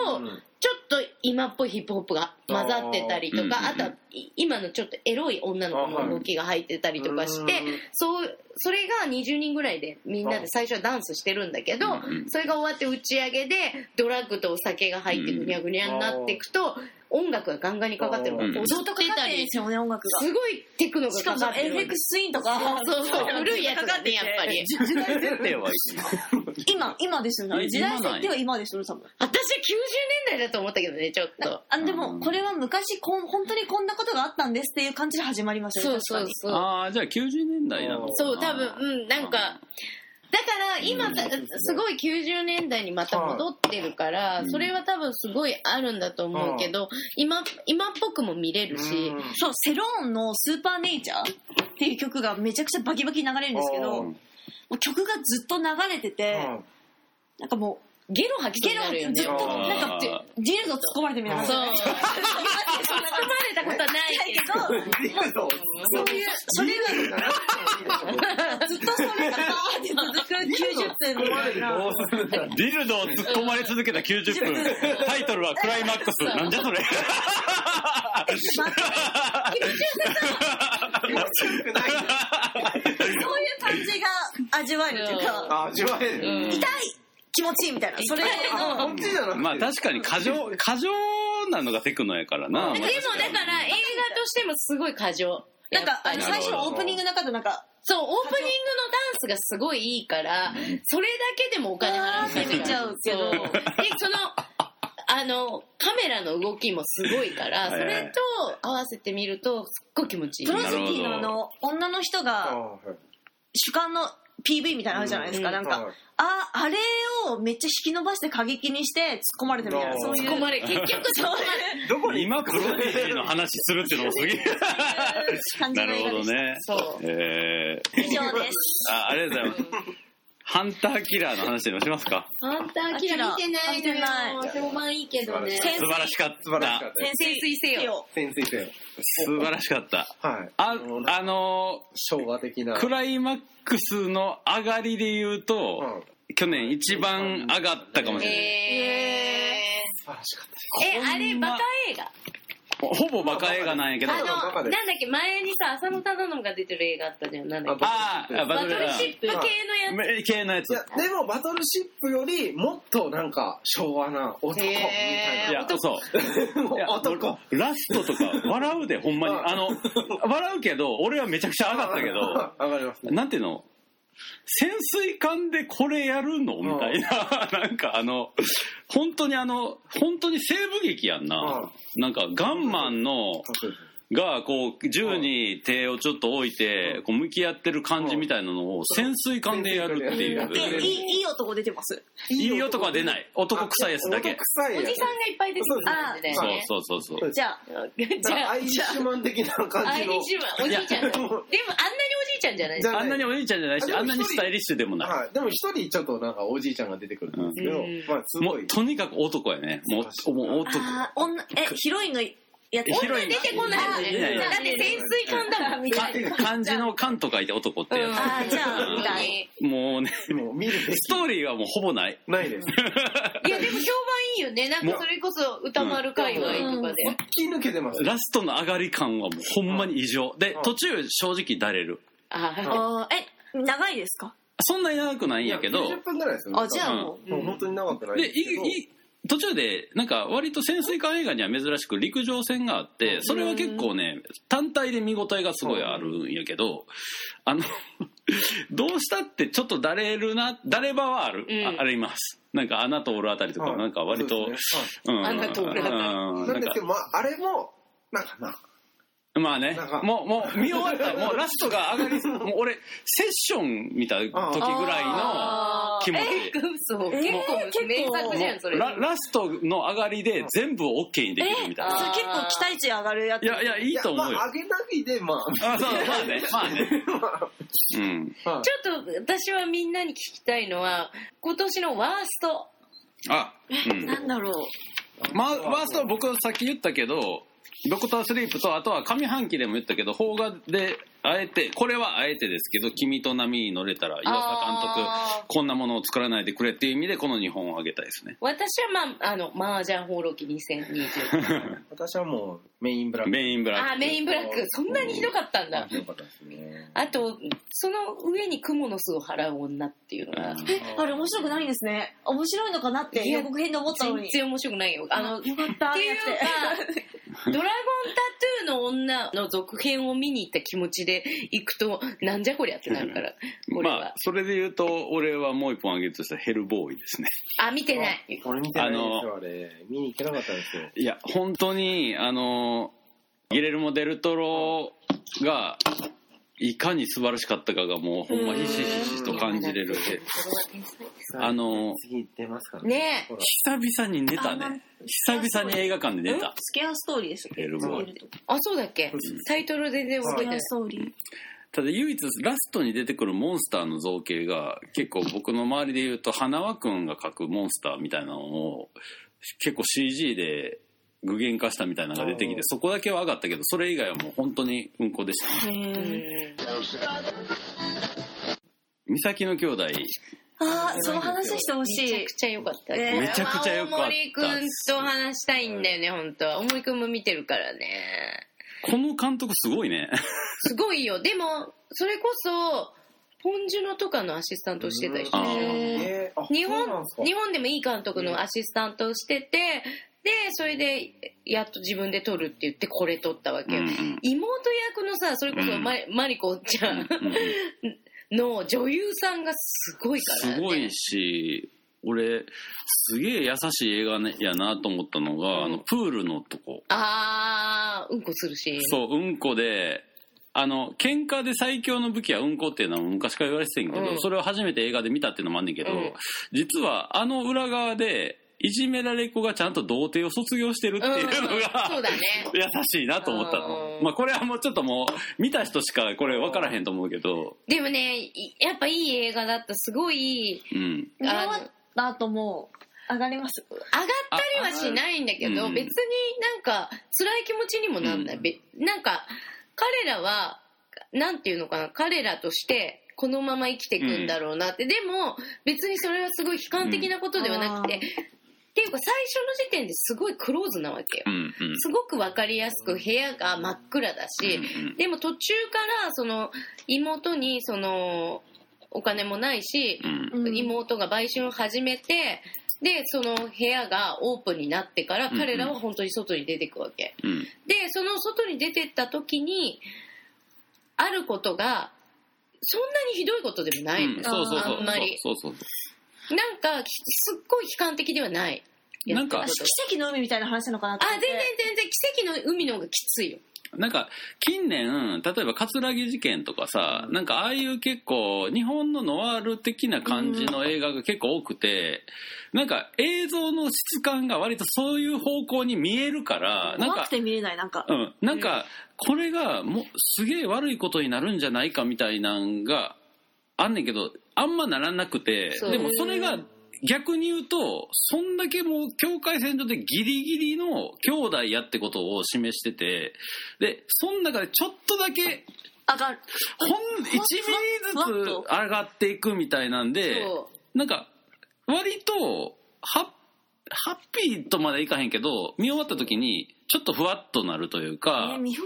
[SPEAKER 3] ちょっと今っぽいヒップホップが混ざってたりとかあ,、
[SPEAKER 1] あーうんうんうん
[SPEAKER 3] とはい今のちょっとエロい女の子の動きが入ってたりとかして、
[SPEAKER 2] うん
[SPEAKER 3] そうそれが20人ぐらいでみんなで最初はダンスしてるんだけど、
[SPEAKER 1] うんうん
[SPEAKER 3] それが終わって打ち上げでドラッグとお酒が入ってぐにゃぐにゃになっていくと、音楽がガンガンにかかってるから
[SPEAKER 1] うん
[SPEAKER 3] 踊
[SPEAKER 4] ずっとか
[SPEAKER 3] って
[SPEAKER 4] かったてるんで
[SPEAKER 3] り。
[SPEAKER 4] すよね音楽が
[SPEAKER 3] すごいテクノが
[SPEAKER 4] しか
[SPEAKER 3] か
[SPEAKER 4] も
[SPEAKER 3] かって
[SPEAKER 4] エ
[SPEAKER 3] る
[SPEAKER 4] フ
[SPEAKER 3] わ
[SPEAKER 4] ェ
[SPEAKER 3] け
[SPEAKER 4] [LAUGHS] クスインとか
[SPEAKER 3] [LAUGHS] そうそう古いやつがねやっぱり
[SPEAKER 1] 時代設定はいい
[SPEAKER 4] 今今、今ですよね。
[SPEAKER 1] え
[SPEAKER 4] 時代
[SPEAKER 1] 今なんや
[SPEAKER 4] 設定は今ですよね、多分。
[SPEAKER 3] 私は90年代だと思ったけどねちょっと
[SPEAKER 4] あで
[SPEAKER 1] う
[SPEAKER 4] も、
[SPEAKER 1] ん
[SPEAKER 4] これは昔こん、本当にこんなことがあったんですっていう感じで始まりますよ
[SPEAKER 3] そ
[SPEAKER 4] ね。
[SPEAKER 3] うそう
[SPEAKER 4] 確
[SPEAKER 3] そう
[SPEAKER 1] ああじゃあ90年代なのかな
[SPEAKER 3] そう多分うんなんかだから今
[SPEAKER 2] うん
[SPEAKER 3] さすごい90年代にまた戻ってるから
[SPEAKER 1] うん
[SPEAKER 3] それは多分すごいあるんだと思うけど今今っぽくも見れるし
[SPEAKER 4] かにそう、セローンのスーパーネイチャーっていう曲がめちゃくちゃバキバキに流れるんですけ
[SPEAKER 2] あ
[SPEAKER 4] ど、
[SPEAKER 2] ー
[SPEAKER 4] もう曲がずっと流れてて、なんかも
[SPEAKER 3] ゲロ吐
[SPEAKER 4] う、
[SPEAKER 3] きそう
[SPEAKER 4] ゲ
[SPEAKER 3] にな
[SPEAKER 4] ロ
[SPEAKER 3] るよ
[SPEAKER 4] 吐き、
[SPEAKER 3] ね
[SPEAKER 4] ずっと、
[SPEAKER 1] あー
[SPEAKER 4] なんか、ジェルド突っ込まれてみたいな。
[SPEAKER 3] そう突っ込ま
[SPEAKER 4] [LAUGHS]
[SPEAKER 2] は
[SPEAKER 3] れたことないけど
[SPEAKER 2] リルド
[SPEAKER 4] そういう、それが、ずっとそれがバーって続く90分みたいな。
[SPEAKER 1] ディルドを突っ込まれ続けた90分タイトルは「クライマック
[SPEAKER 3] [LAUGHS]
[SPEAKER 1] ス」なんじ
[SPEAKER 2] [LAUGHS]
[SPEAKER 1] ゃそれ
[SPEAKER 4] そういう感じが味わえるというか、
[SPEAKER 2] あ味わえる、
[SPEAKER 3] うん
[SPEAKER 4] 痛い気持ちいいみたいな。それ
[SPEAKER 2] あ
[SPEAKER 4] の
[SPEAKER 2] こっちじゃなく
[SPEAKER 1] [LAUGHS]
[SPEAKER 2] て
[SPEAKER 1] まあ確かに過
[SPEAKER 2] [LAUGHS]
[SPEAKER 1] 剰過剰なのがテクノやからな
[SPEAKER 3] でもだから映画としてもすごい過剰
[SPEAKER 4] なんか、あの、
[SPEAKER 1] なる
[SPEAKER 4] 最
[SPEAKER 1] ほど
[SPEAKER 4] 初のオープニングの中でなんか、
[SPEAKER 3] そうオープニングのダンスがすごいいいからそれだけでもお金払って
[SPEAKER 4] 見ちゃうけど
[SPEAKER 3] でそのあのカメラの動きもすごいから
[SPEAKER 1] はいは
[SPEAKER 3] そ
[SPEAKER 1] い
[SPEAKER 3] れと合わせてみるとすっごい気持ちいい
[SPEAKER 4] プロジェティのあの、女の人
[SPEAKER 2] あ
[SPEAKER 4] が
[SPEAKER 2] はい
[SPEAKER 4] 主観の PV みたいなのあるじゃないですか。なんか、
[SPEAKER 2] はい
[SPEAKER 4] あ、あれをめっちゃ引き伸ばして過激にして突っ込まれてみたいな。
[SPEAKER 2] うん
[SPEAKER 4] そういう。
[SPEAKER 3] 突っ込まれ結局そこまで
[SPEAKER 2] どこに
[SPEAKER 1] 今プロディジーの話するっていうのもすげ
[SPEAKER 3] [LAUGHS]
[SPEAKER 1] え
[SPEAKER 4] 感じ
[SPEAKER 1] な
[SPEAKER 4] の
[SPEAKER 1] る
[SPEAKER 4] 映画
[SPEAKER 1] ほ
[SPEAKER 4] で
[SPEAKER 1] ど
[SPEAKER 4] した。
[SPEAKER 1] ね
[SPEAKER 3] [LAUGHS] そう
[SPEAKER 1] えー、
[SPEAKER 4] 以上です。
[SPEAKER 1] あありがとうございますハンターキラーの話でもしますか
[SPEAKER 3] あんたアキラ見てないのよ評判いいけどね
[SPEAKER 4] 素晴
[SPEAKER 1] 素晴らしかった
[SPEAKER 2] 素晴らしかったです
[SPEAKER 4] 潜水せよ。
[SPEAKER 2] 潜水艇
[SPEAKER 1] 素晴らしかった
[SPEAKER 2] はい
[SPEAKER 1] ああの
[SPEAKER 2] 昭和的な
[SPEAKER 1] クライマックスの上がりで言うと、
[SPEAKER 2] うん
[SPEAKER 1] 去年一番上がったかもしれない、
[SPEAKER 3] え
[SPEAKER 2] 素晴らしかった
[SPEAKER 3] ーえあれバカ映画
[SPEAKER 1] ほぼバカ映画なんやけど
[SPEAKER 3] あ
[SPEAKER 1] あ
[SPEAKER 3] の
[SPEAKER 2] の中
[SPEAKER 3] なんだ
[SPEAKER 2] で
[SPEAKER 3] っけ前にさ浅野忠信が出てる映画あったじゃんなんだっけ
[SPEAKER 2] あ
[SPEAKER 1] あー
[SPEAKER 3] バ
[SPEAKER 1] バ
[SPEAKER 3] ト
[SPEAKER 1] ト
[SPEAKER 3] ル
[SPEAKER 1] ル
[SPEAKER 3] シップ系のやつ
[SPEAKER 1] め系のやつ
[SPEAKER 2] いやでもバトルシップよりもっとなんか昭和な男みた
[SPEAKER 3] へー
[SPEAKER 1] い
[SPEAKER 2] い
[SPEAKER 1] やそう
[SPEAKER 2] なもう
[SPEAKER 1] いや
[SPEAKER 2] 男
[SPEAKER 1] 俺ラストとか笑う [LAUGHS] でほんまに
[SPEAKER 2] うん
[SPEAKER 1] あの笑うけど俺はめちゃくちゃ上がったけど [LAUGHS]
[SPEAKER 2] 上がりますね
[SPEAKER 1] なんていうの潜水艦でこれやるのみたいな、 [LAUGHS] なんかあの、本当にあの、本当に西部劇やんな。なんかガンマンの、がこう、銃に手をちょっと置いて、こう向き合ってる感じみたいなのを潜水艦でやるってい
[SPEAKER 2] 潜
[SPEAKER 4] で、
[SPEAKER 2] 水艦
[SPEAKER 4] い
[SPEAKER 1] う。
[SPEAKER 4] い、いい男出てます。
[SPEAKER 1] いい男は出ない。男臭いやつだけ
[SPEAKER 2] 男。臭いや
[SPEAKER 3] お
[SPEAKER 2] つ
[SPEAKER 3] じさんがいっぱい出てくる感じだよ
[SPEAKER 1] そう
[SPEAKER 3] ね
[SPEAKER 1] そうそうそう。
[SPEAKER 2] そう
[SPEAKER 4] じゃあ、
[SPEAKER 2] だ
[SPEAKER 3] じ
[SPEAKER 2] から
[SPEAKER 3] ゃ
[SPEAKER 2] ア
[SPEAKER 3] あ
[SPEAKER 2] イリッシュマン的な
[SPEAKER 3] ア
[SPEAKER 2] 感
[SPEAKER 3] イ
[SPEAKER 2] じ
[SPEAKER 3] リ
[SPEAKER 2] の
[SPEAKER 3] ッシュマンおじいちゃんだでもあんなにおじいちゃんじゃない
[SPEAKER 2] じゃ
[SPEAKER 1] あんなにお兄ちゃんじゃないし、
[SPEAKER 2] あ
[SPEAKER 1] あ
[SPEAKER 2] で
[SPEAKER 1] んな
[SPEAKER 2] も一人
[SPEAKER 1] にスタイリッシュでもない。
[SPEAKER 2] はい、でも一人ちょっとなんかおじいちゃんが出てくるんですけど、
[SPEAKER 3] うん
[SPEAKER 2] まあす
[SPEAKER 1] も
[SPEAKER 2] ご
[SPEAKER 1] う
[SPEAKER 2] い
[SPEAKER 1] とにかく男やね。もう、もう男。
[SPEAKER 4] あー女、え、ヒロインのやつ。
[SPEAKER 1] ヒロイン
[SPEAKER 3] 出てこないもん
[SPEAKER 1] いやい
[SPEAKER 3] ね
[SPEAKER 1] や
[SPEAKER 3] だって潜水艦だもんみたいな
[SPEAKER 1] か漢字の漢と書いて男ってやつ。
[SPEAKER 4] あーじゃあ
[SPEAKER 1] うん
[SPEAKER 4] みた
[SPEAKER 3] い
[SPEAKER 1] もうね、
[SPEAKER 2] もう見るべき
[SPEAKER 1] ストーリーはもうほぼない。
[SPEAKER 2] ない
[SPEAKER 1] [LAUGHS]
[SPEAKER 2] です
[SPEAKER 3] いやでも評判いいよねなんかそれこそ歌丸界隈とかで
[SPEAKER 2] 気抜けてます
[SPEAKER 1] ラストの上がり感はもうほんまに異常。で
[SPEAKER 2] うん、
[SPEAKER 1] 途中正直だれる。
[SPEAKER 3] あ
[SPEAKER 4] あーえ、長いですか
[SPEAKER 1] そんなに長くないんやけど、
[SPEAKER 2] 90分ぐらいですよ
[SPEAKER 4] あ、じゃあもう。
[SPEAKER 2] もう本当に長くない
[SPEAKER 1] で、い
[SPEAKER 2] ですけど
[SPEAKER 1] い、いい、途中で、なんか割と潜水艦映画には珍しく陸上戦があって、それは結構ね、単体で見応えがすごいあるんやけど、あの、 [LAUGHS] どうしたってちょっとだれるな、だれ場はある、
[SPEAKER 3] うん
[SPEAKER 1] ああります。なんか穴通るあたりとか、
[SPEAKER 2] はい
[SPEAKER 1] なんか割と、
[SPEAKER 2] そうですね
[SPEAKER 1] うん
[SPEAKER 3] 穴通るあたり
[SPEAKER 1] う
[SPEAKER 2] は
[SPEAKER 1] んな
[SPEAKER 2] いなんんです
[SPEAKER 1] か
[SPEAKER 2] けどまああれもなんかな
[SPEAKER 1] まあね
[SPEAKER 2] なんか、
[SPEAKER 1] もう、もう、見終わった、もうラストが上がり、もう俺、セッション見た時ぐらいの
[SPEAKER 3] あ
[SPEAKER 1] 気持ち。
[SPEAKER 3] え嘘結構名作じゃんそれ
[SPEAKER 1] ララストの上がりで全部を OK にできるみたい
[SPEAKER 3] あー
[SPEAKER 4] そ
[SPEAKER 1] な。
[SPEAKER 4] れ結構期待値上がるやつ。
[SPEAKER 1] いやいや、いいと思うよ。
[SPEAKER 2] まあ、上げないでまあ
[SPEAKER 1] あ、そう、まあ [LAUGHS] ね、まあね。うん。 [LAUGHS]
[SPEAKER 2] はい
[SPEAKER 3] ちょっと私はみんなに聞きたいのは今年のワースト
[SPEAKER 1] あ、うん。
[SPEAKER 4] なんだろう。
[SPEAKER 1] まあ、ワーストは僕はさっき言ったけど、ドクタースリープと、あとは上半期でも言ったけど、邦画で、あえて、これはあえてですけど、君と波に乗れたら、岩佐監督、
[SPEAKER 3] あー
[SPEAKER 1] こんなものを作らないでくれっていう意味で、この日本をあげたいですね。
[SPEAKER 3] 私はまああの麻雀放浪記2020
[SPEAKER 2] 私はもうメインブラック
[SPEAKER 1] メインブラック。
[SPEAKER 3] あーメインブラックそんなにひどかったんだ
[SPEAKER 2] 面白かったですね
[SPEAKER 3] あとその上に蜘蛛の巣を払う女っていうのが
[SPEAKER 1] うん
[SPEAKER 4] え、あれ面白くないんですね。面白いのかなって予告編で思ったの
[SPEAKER 3] 全
[SPEAKER 4] に。
[SPEAKER 3] 然面白くないよあ
[SPEAKER 4] あ
[SPEAKER 3] の
[SPEAKER 4] の、
[SPEAKER 3] ってい
[SPEAKER 4] よかった
[SPEAKER 3] うか「ドラゴンタトゥーの女」の続編を見に行った気持ちで行くとなんじゃこりゃってなるからこれは、
[SPEAKER 1] まあ、それで言うと俺はもう一本あげるとしたらヘルボーイですね
[SPEAKER 3] あ見てない
[SPEAKER 2] 俺見てないですよ、あれ。見に行けなかったんですよ。
[SPEAKER 1] いや本当にあのギレルモ・デルトロがいかに素晴らしかったかがもうほんまひしひしと感じれるあの
[SPEAKER 2] 次出ますから
[SPEAKER 3] ね
[SPEAKER 2] ほら
[SPEAKER 1] 久々に寝たね久々に映画館で寝た
[SPEAKER 4] スケアストーリーでしたっけ
[SPEAKER 1] ヘルボーイ
[SPEAKER 3] あそうだっけタイトル全然
[SPEAKER 4] ス
[SPEAKER 3] 覚え
[SPEAKER 4] ケ
[SPEAKER 3] てない
[SPEAKER 4] アストーリー
[SPEAKER 1] ただ唯一ラストに出てくるモンスターの造形が結構僕の周りで言うと花輪くんが描くモンスターみたいなのを結構 CG で具現化したみたいなのが出てき
[SPEAKER 2] あ
[SPEAKER 1] て
[SPEAKER 2] ー
[SPEAKER 1] そこだけは上がったけどそれ以外はもう本当にうんこでした
[SPEAKER 4] へー
[SPEAKER 3] うん
[SPEAKER 1] 美咲の兄弟
[SPEAKER 4] あーその話してほし
[SPEAKER 3] めち
[SPEAKER 4] い
[SPEAKER 3] ゃくちゃ良かった。
[SPEAKER 4] ね
[SPEAKER 1] めちゃくちゃ良かった
[SPEAKER 3] 大森くんと話したいんだよね、本当は。大森くんも見てるからね。
[SPEAKER 1] この監督すごいね
[SPEAKER 3] すごいよ。でも、それこそ、ポンジュノとかのアシスタントしてた人
[SPEAKER 1] あー
[SPEAKER 2] えーあ
[SPEAKER 3] 日
[SPEAKER 2] そうなん
[SPEAKER 3] 本
[SPEAKER 2] ですか
[SPEAKER 3] 日本でもいい監督のアシスタントをしてて、でそれでやっと自分で撮るって言ってこれ撮ったわけよ、
[SPEAKER 1] うんうん
[SPEAKER 3] 妹役のさそれこそマ,、マリコちゃん
[SPEAKER 1] うんうん
[SPEAKER 3] の女優さんがすごいから、ね、
[SPEAKER 1] すごいし俺すげえ優しい映画、ね、やなと思ったのが、あのプールのとこ
[SPEAKER 3] あーうんこするし
[SPEAKER 1] そううんこであの喧嘩で最強の武器はうんこっていうのは昔から言われてたんやけど、
[SPEAKER 3] うん
[SPEAKER 1] それを初めて映画で見たっていうのもあんねんけど、
[SPEAKER 3] うん
[SPEAKER 1] 実はあの裏側でいじめられっ子がちゃんと童貞を卒業してるっていうのが、
[SPEAKER 3] そうだね
[SPEAKER 1] 優 [LAUGHS] しいなと思ったの、
[SPEAKER 3] うん
[SPEAKER 1] まあこれはもうちょっともう見た人しかこれ分からへんと思うけど、
[SPEAKER 3] でもねいやっぱいい映画だったすごい
[SPEAKER 1] うん、
[SPEAKER 4] 見終わった後も上がります
[SPEAKER 3] 上がったりはしないんだけ
[SPEAKER 1] あ
[SPEAKER 3] ど、
[SPEAKER 1] うん
[SPEAKER 3] 別になんか辛い気持ちにもなんない、
[SPEAKER 1] うん
[SPEAKER 3] べなんか彼らはなんていうのかな彼らとしてこのまま生きていくんだろうなって、でも別にそれはすごい悲観的なことではなくて、
[SPEAKER 4] うん
[SPEAKER 3] っていうか最初の時点ですごいクローズなわけよ
[SPEAKER 1] う。んうん
[SPEAKER 3] すごく分かりやすく部屋が真っ暗だし、
[SPEAKER 1] うん
[SPEAKER 3] でも途中からその妹にそのお金もないし、
[SPEAKER 1] うん
[SPEAKER 4] うん
[SPEAKER 3] 妹が売春を始めてでその部屋がオープンになってから
[SPEAKER 1] うんうん
[SPEAKER 3] 彼らは本当に外に出てくわけ、
[SPEAKER 1] うん
[SPEAKER 3] でその外に出てった時にあることがそんなにひどいことでもない、
[SPEAKER 1] うんそうそうそう
[SPEAKER 3] あんまり
[SPEAKER 1] そうそうそう
[SPEAKER 3] なんかすっごい悲観的ではない
[SPEAKER 1] なんか
[SPEAKER 3] やっ
[SPEAKER 4] あ
[SPEAKER 3] てること
[SPEAKER 4] 奇跡の海みたいな話なのかなと
[SPEAKER 3] あ
[SPEAKER 4] 思っ
[SPEAKER 3] 全
[SPEAKER 4] て
[SPEAKER 3] 然全然奇跡の海の方がきついよ
[SPEAKER 1] なんか近年例えば葛城事件とかさ、なんかああいう結構日本のノワール的な感じの映画が結構多くて、なんか映像の質感が割とそういう方向に見えるからなん
[SPEAKER 4] 怖
[SPEAKER 1] か
[SPEAKER 4] く。て見れないなんか
[SPEAKER 1] うん、なんかこれがもうすげえ悪いことになるんじゃないかみたいなんがあんねんけどあんまならなくて
[SPEAKER 3] そう
[SPEAKER 1] でもそれが逆に言うとそんだけもう境界線上でギリギリの兄弟やってことを示しててでその中でちょっとだけ
[SPEAKER 4] 上がる
[SPEAKER 1] ほん1ミリ
[SPEAKER 4] ふわっ
[SPEAKER 1] ず
[SPEAKER 4] と
[SPEAKER 1] つ上がっていくみたいなんで
[SPEAKER 3] そ
[SPEAKER 1] なんか割とハッハッピーとまでいかへんけど見終わった時にちょっとふわっとなるというか
[SPEAKER 4] え。見よ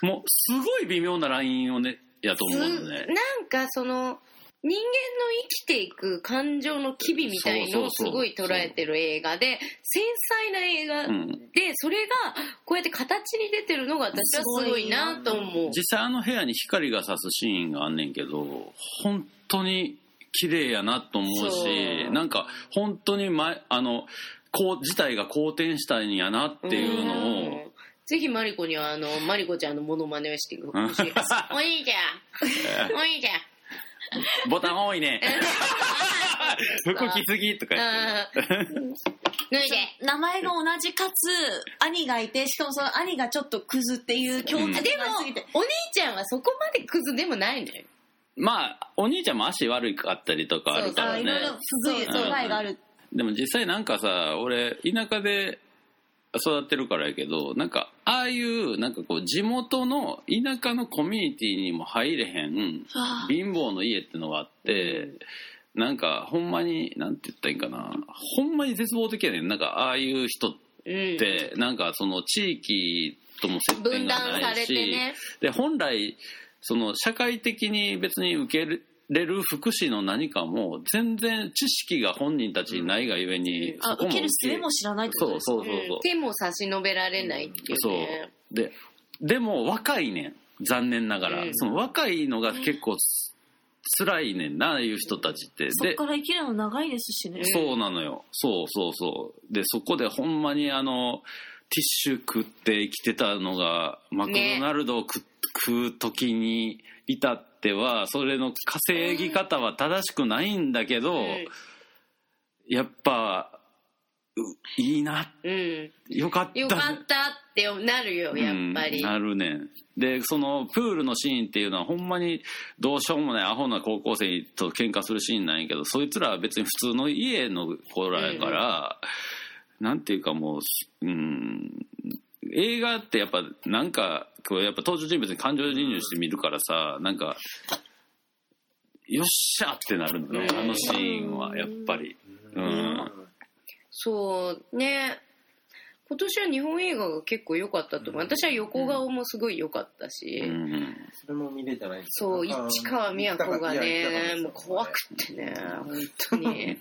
[SPEAKER 1] もうすごい微妙なラインをねやと思
[SPEAKER 3] う
[SPEAKER 1] う
[SPEAKER 3] な
[SPEAKER 1] のね。
[SPEAKER 3] んかその人間の生きていく感情の機微みたいのをすごい捉えてる映画で繊細な映画
[SPEAKER 1] うん、
[SPEAKER 3] でそれがこうやって形に出てるのが私はすごいなと思う
[SPEAKER 1] 実際あの部屋に光が差すシーンがあんねんけど本当に綺麗やなと思うし
[SPEAKER 3] そう
[SPEAKER 1] なんか本当に前あのこう事態が好転したんやなっていうのを
[SPEAKER 3] んぜひマリコにはあのマリコちゃんのモノマネをしてほし
[SPEAKER 1] [LAUGHS]
[SPEAKER 3] いお兄ちゃんお兄ちゃん
[SPEAKER 1] ボタン多いね [LAUGHS] 服着すぎとか言って
[SPEAKER 3] あー脱
[SPEAKER 1] [LAUGHS]
[SPEAKER 3] いで
[SPEAKER 4] 名前が同じかつ兄がいてしかもその兄がちょっとクズっていう強
[SPEAKER 1] うん
[SPEAKER 4] 敵
[SPEAKER 3] あでも
[SPEAKER 4] がいすぎて、
[SPEAKER 3] お兄ちゃんはそこまでクズでもないのよ
[SPEAKER 1] まあお兄ちゃんも足悪かったりとかあるか
[SPEAKER 3] も
[SPEAKER 1] ら
[SPEAKER 4] あ
[SPEAKER 1] ね
[SPEAKER 4] いろいろ不具
[SPEAKER 1] そう
[SPEAKER 4] 不具合がある
[SPEAKER 1] でも実際なんかさ俺田舎で育ってるからやけどなんかああいうなんかこう地元の田舎のコミュニティにも入れへん
[SPEAKER 4] あー
[SPEAKER 1] 貧乏の家ってのがあってなんかほんまになんて言ったらいいんかなほんまに絶望的やねんなんかああいう人っ
[SPEAKER 3] うん
[SPEAKER 1] てなんかその地域とも接点
[SPEAKER 3] 分
[SPEAKER 1] が
[SPEAKER 3] 断さ
[SPEAKER 1] ない
[SPEAKER 3] れ
[SPEAKER 1] し、
[SPEAKER 3] てね
[SPEAKER 1] で本来その社会的に別に受け入れる福祉の何かも全然知識が本人たちにないがゆえに、
[SPEAKER 4] あ
[SPEAKER 1] そこ
[SPEAKER 4] 受
[SPEAKER 1] も
[SPEAKER 4] ける術も知らないってこ
[SPEAKER 1] そう
[SPEAKER 4] とです
[SPEAKER 1] そうそうそう
[SPEAKER 3] う、ん手も差し伸べられないっていうね
[SPEAKER 1] そうででも若いねん残念ながら、
[SPEAKER 3] うん
[SPEAKER 1] その若いのが結構辛いねんなああいう人たちって
[SPEAKER 4] そっ
[SPEAKER 1] で
[SPEAKER 4] から生きるの長いですしね。
[SPEAKER 1] そうなのよそうそうそうでそこでほんまにあのティッシュ食って生きてたのがマクドナルドを食,、食う時に至ってはそれの稼ぎ方は正しくないんだけど、
[SPEAKER 3] うん
[SPEAKER 1] やっぱういいな
[SPEAKER 3] うん
[SPEAKER 1] よかった
[SPEAKER 3] よかったってなるよやっぱ
[SPEAKER 1] う
[SPEAKER 3] り、
[SPEAKER 1] んなるねんでそのプールのシーンっていうのはほんまにどうしようもないアホな高校生と喧嘩するシーンなんやけどそいつらは別に普通の家の子らやから、なんていうかもう、うん、映画ってやっぱなんかこうやっぱ登場人物に感情移入して見るからさなんかよっしゃってなるのよ
[SPEAKER 3] うん
[SPEAKER 1] あのシーンはやっぱり。う
[SPEAKER 2] うん
[SPEAKER 1] ん
[SPEAKER 3] そうね今年は日本映画が結構良かったと思う、
[SPEAKER 2] うん
[SPEAKER 3] 私は横顔もすごい良かったし、
[SPEAKER 1] うん
[SPEAKER 2] それも見れてないんです
[SPEAKER 3] そう
[SPEAKER 2] なんか
[SPEAKER 3] 市川美和子が
[SPEAKER 2] 行きたかった
[SPEAKER 3] ね
[SPEAKER 2] です
[SPEAKER 3] もう怖くってね本当に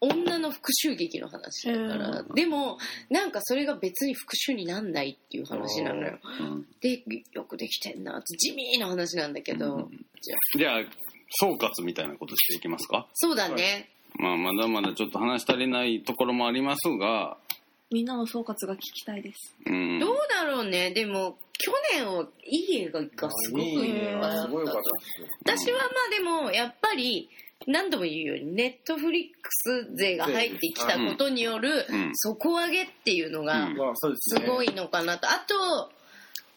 [SPEAKER 3] 女の復讐劇の話だから、でもなんかそれが別に復讐になんないっていう話なのよ
[SPEAKER 1] うん
[SPEAKER 3] でよくできてんなって地味な話なんだけど、
[SPEAKER 1] うんじゃあ総括みたいなことしていきますか
[SPEAKER 3] そうだね、
[SPEAKER 1] まあ、まだまだちょっと話し足りないところもありますが、
[SPEAKER 4] みんなの総括が聞きたいです。
[SPEAKER 1] うん、
[SPEAKER 3] どうだろうねでも去年はいい映画がすごくいっぱいあ
[SPEAKER 2] す
[SPEAKER 3] っ
[SPEAKER 2] ごい良
[SPEAKER 3] た
[SPEAKER 2] かったです
[SPEAKER 3] 私
[SPEAKER 2] よ
[SPEAKER 3] はまあでもやっぱり何度も言うようにネットフリックス税が入ってきたことによる
[SPEAKER 1] うん
[SPEAKER 3] 底上げっていうの
[SPEAKER 1] う
[SPEAKER 3] が
[SPEAKER 1] ん
[SPEAKER 2] まあそうです
[SPEAKER 3] す
[SPEAKER 2] ね
[SPEAKER 3] ごいのかなとあと